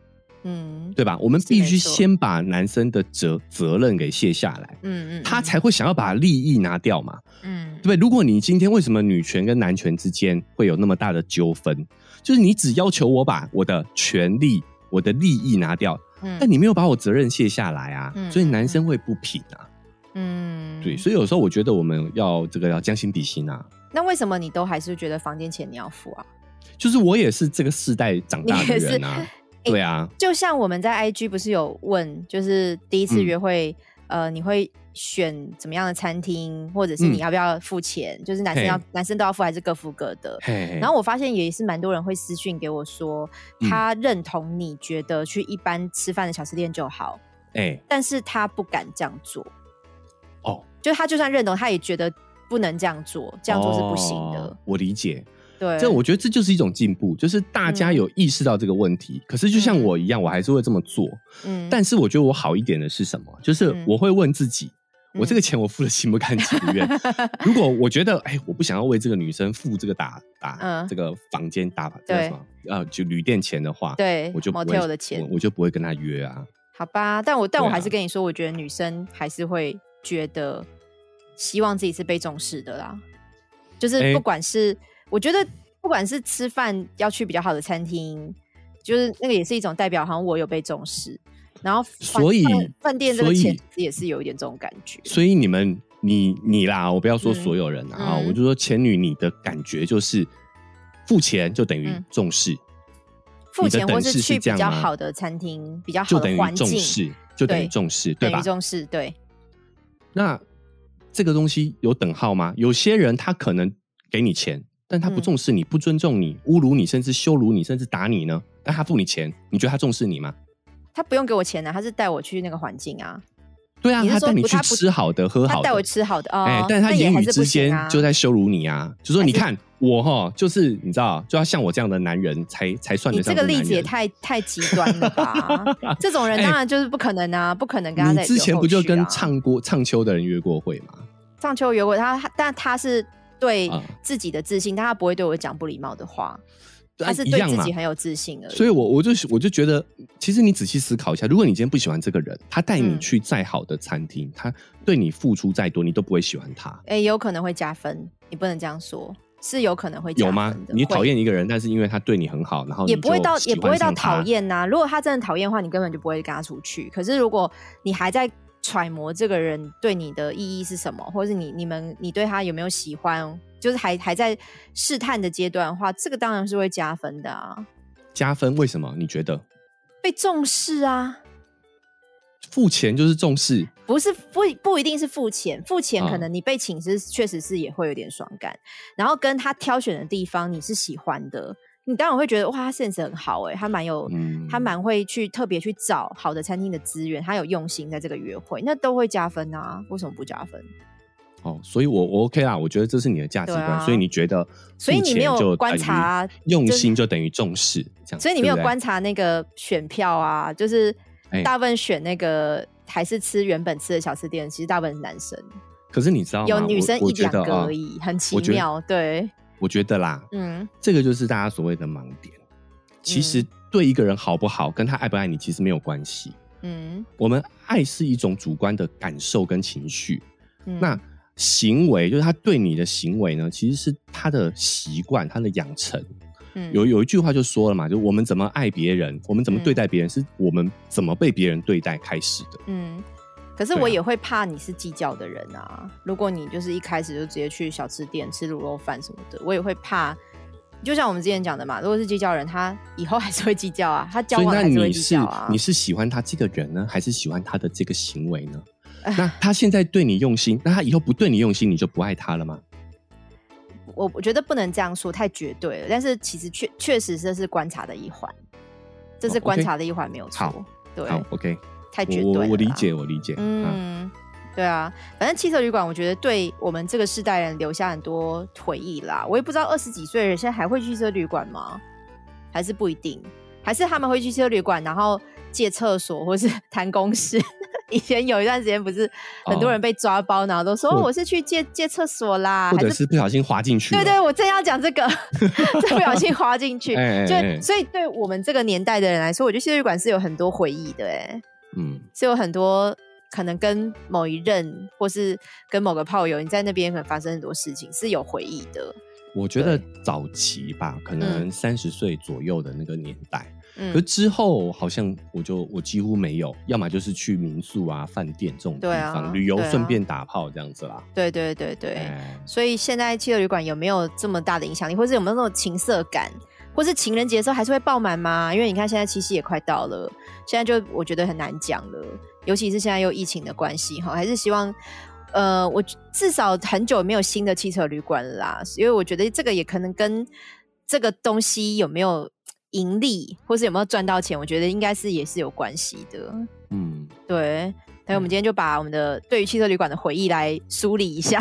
嗯，对吧？我们是必没须错先把男生的责责任给卸下来，嗯嗯，他嗯才会想要把利益拿掉嘛，嗯对不对？如果你今天为什么女权跟男权之间会有那么大的纠纷，就是你只要求我把我的权利、我的利益拿掉，嗯但你没有把我责任卸下来啊，嗯所以男生会不平啊。嗯对，所以有时候我觉得我们要这个要将心比心啊，那为什么你都还是觉得房间钱你要付啊？就是我也是这个世代长大你的也是人啊，对啊，就像我们在 IG 不是有问，就是第一次嗯约会，呃，你会选怎么样的餐厅，或者是嗯你要不要付钱？就是男生嘿要男生都要付，还是各付各的？嘿嘿哎然后我发现也是蛮多人会私讯给我说，嗯他认同你觉得去一般吃饭的小吃店就好，哎、但是他不敢这样做，哦，就他就算认同，他也觉得不能这样做，这样做是不行的。哦我理解，对，这我觉得这就是一种进步，就是大家嗯有意识到这个问题。可是就像嗯我一样，我还是会这么做。嗯但是我觉得我好一点的是什么？就是嗯我会问自己，我这嗯个钱我付的心不甘情 不愿。如果我觉得，哎，我不想要为这个女生付这个打打、嗯这个房间打这个对什么呃就旅店钱的话，对我就不会 motel 的钱我，我就不会跟她约啊。好吧，但我但我对啊还是跟你说，我觉得女生还是会觉得希望自己是被重视的啦。就是哎不管是、我觉得不管是吃饭要去比较好的餐厅，就是那个也是一种代表，好像我有被重视。然后饭所以饭饭店这个所以钱其实也是有一点这种感觉。所以你们，你你啦，我不要说嗯所有人啊，嗯我就说前女，你的感觉就是付钱就等于嗯重视，付钱你的或是等式去是比这样较吗好的餐厅、比较就好等的于环重境，视，就等于对重视，对等吧于？重视，对，那这个东西有等号吗？有些人他可能给你钱，但他不嗯重视你，不尊重你，侮辱你，甚至羞辱你，甚至打你呢？但他付你钱，你觉得他重视你吗？他不用给我钱啊，他是带我去那个环境啊，对啊，你是他说带你不去他不吃好的、喝好他的，带我吃好的哦，哎、但是他那也言还语是不之行间啊，就在羞辱你啊，就 说你还是看我哈，就是你知道，就要像我这样的男人才才算你得这上个是例男子也 人。哎太太极端了 吧？这种人当然就是不可能啊，不可能跟他你在之前不就跟唱唱过唱秋的人约过会吗？唱啊秋有过他，他但他是对啊自己的自信，但他不会对我讲不礼貌的话，他是啊一对样自嘛己。很有自信而已。所以我我就我就觉得，其实你仔细思考一下，如果你今天不喜欢这个人，他带你嗯去再好的餐厅，他对你付出再多，你都不会喜欢他，哎、有可能会加分，你不能这样说，是有可能会加有分吗的？你会讨厌一个人，但是因为他对你很好，然后也你不会就到喜也不会欢到上他讨。厌呐、如果他真的讨厌的话，你根本就不会跟他出去。可是如果你还在揣摩这个人对你的意义是什么，或者是你你们你对他有没有喜欢，就是还还在试探的阶段的话，这个当然是会加分的啊，加分为什么？你觉得被重视啊。付钱就是重视？不是不不一定是付钱，付钱啊可能你被请是确实是也会有点爽感，然后跟他挑选的地方你是喜欢的，你当然会觉得哇，他 sense 很好哎、他蛮有、嗯他蛮会去特别去找好的餐厅的资源，他有用心在这个约会，那都会加分啊，为什么不加分？哦，所以我我 OK 啦，我觉得这是你的价值对观，啊所以你觉得所以付你钱没就有等观于察啊、用就是心就等于重视，这样，所以你没有对不对观察那个选票啊，就是哎大部分选那个还是吃原本吃的小吃店，其实大部分是男生，可是你知道吗？有女我生哦我一觉两得个啊而已，很奇我觉得妙。对，我觉得啦，嗯，这个就是大家所谓的盲点。其实嗯对一个人好不好，跟他爱不爱你其实没有关系。嗯我们爱是一种主观的感受跟情绪，嗯，那行为就是他对你的行为呢，其实是他的习惯、他的养成。嗯有有一句话就说了嘛，就我们怎么爱别人，我们怎么对待别人，是我们怎么被别人对待开始的。嗯，可是对我啊也会怕你是计较的人啊。如果你就是一开始就直接去小吃店吃卤肉饭什么的，我也会怕。就像我们之前讲的嘛，如果是计较的人，他以后还是会计较啊， 他交所以，往那还是会你计是较啊。你是喜欢他这个人呢，还是喜欢他的这个行为呢？唉那他现在对你用心，那他以后不对你用心，你就不爱他了吗？我我觉得不能这样说，太绝对了。但是其实确确实这是观察的一环，这哦是，OK 观察的一环，没有错。好对，好，OK，太绝我对了我我理啦解，我理解。嗯，嗯，对啊，反正汽车旅馆，我觉得对我们这个世代人留下很多回忆啦。我也不知道二十几岁的人现在还会去汽车旅馆吗？还是不一定？还是他们会去汽车旅馆，然后借厕所或是 谈公事？以前有一段时间不是很多哦人被抓包，然后都说、哦或我是去借借厕所啦，或还者是是不小心滑进去了。哦对对，我正要讲这 个，这不小心滑进去。哎，哎就哎，所以，对我们这个年代的人来说，我觉得汽车旅馆是有很多回忆的、哎，嗯，是有很多可能跟某一任或是跟某个炮友，你在那边可能发生很多事情，是有回忆的。我觉得早期吧，可能三十岁左右的那个年代，可是嗯，之后好像我就我几乎没有，要么就是去民宿啊、饭店这种地对啊方旅游对，啊顺便打炮这样子啦。对对对对。哎，所以现在汽车旅馆有没有这么大的影响力，或是有没有那种情色感，或是情人节的时候还是会爆满吗？因为你看现在七夕也快到了，现在就我觉得很难讲了，尤其是现在又疫情的关系哈，还是希望。呃，我至少很久没有新的汽车旅馆了啦，因为我觉得这个也可能跟这个东西有没有盈利，或是有没有赚到钱，我觉得应该是也是有关系的。嗯，对，所以我们嗯今天就把我们的对于汽车旅馆的回忆来梳理一下，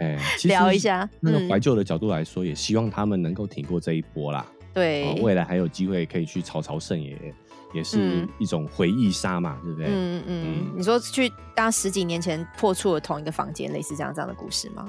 哎，其实聊一下。那个嗯怀旧的角度来说，也希望他们能够挺过这一波啦。对，哦，未来还有机会可以去朝朝圣，也也是嗯一种回忆杀嘛，对不对？嗯嗯，嗯你说去当十几年前破处的同一个房间，类似这样这样的故事吗？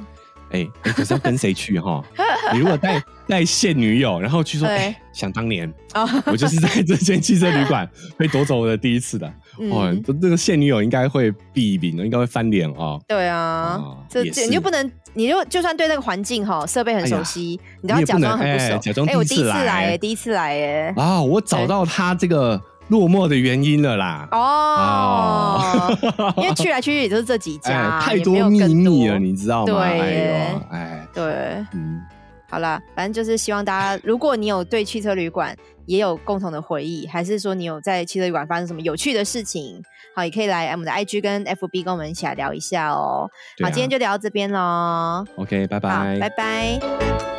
哎、哎可是要跟谁去哈？ 你如果带带现女友，然后去说，对哎、想当年哦，我就是在这间汽车 旅馆被夺走我的第一次的，哇、嗯，这这个现女友应该会避避，应该会翻脸哦。对啊，哦这也这是你就不能，你就就算对那个环境哈设备很熟悉，你都你要也假不能装很不哎熟。假装我第第一一次次来来，第一次来，哎，啊、我找到他这个落寞的原因了啦。哦，啊哦 因为去来去去也就是这几哎家，太也没有秘更密了，多你知道吗？对哎呦耶，哎，对。嗯，好啦，反正就是希望大家，如果你有对汽车旅馆也有共同的回忆，还是说你有在汽车旅馆发生什么有趣的事情，好，也可以来我们的 IG 跟 FB 跟我们一起来聊一下哦。对好，今天啊就聊到这边喽。 OK，拜好，拜。拜拜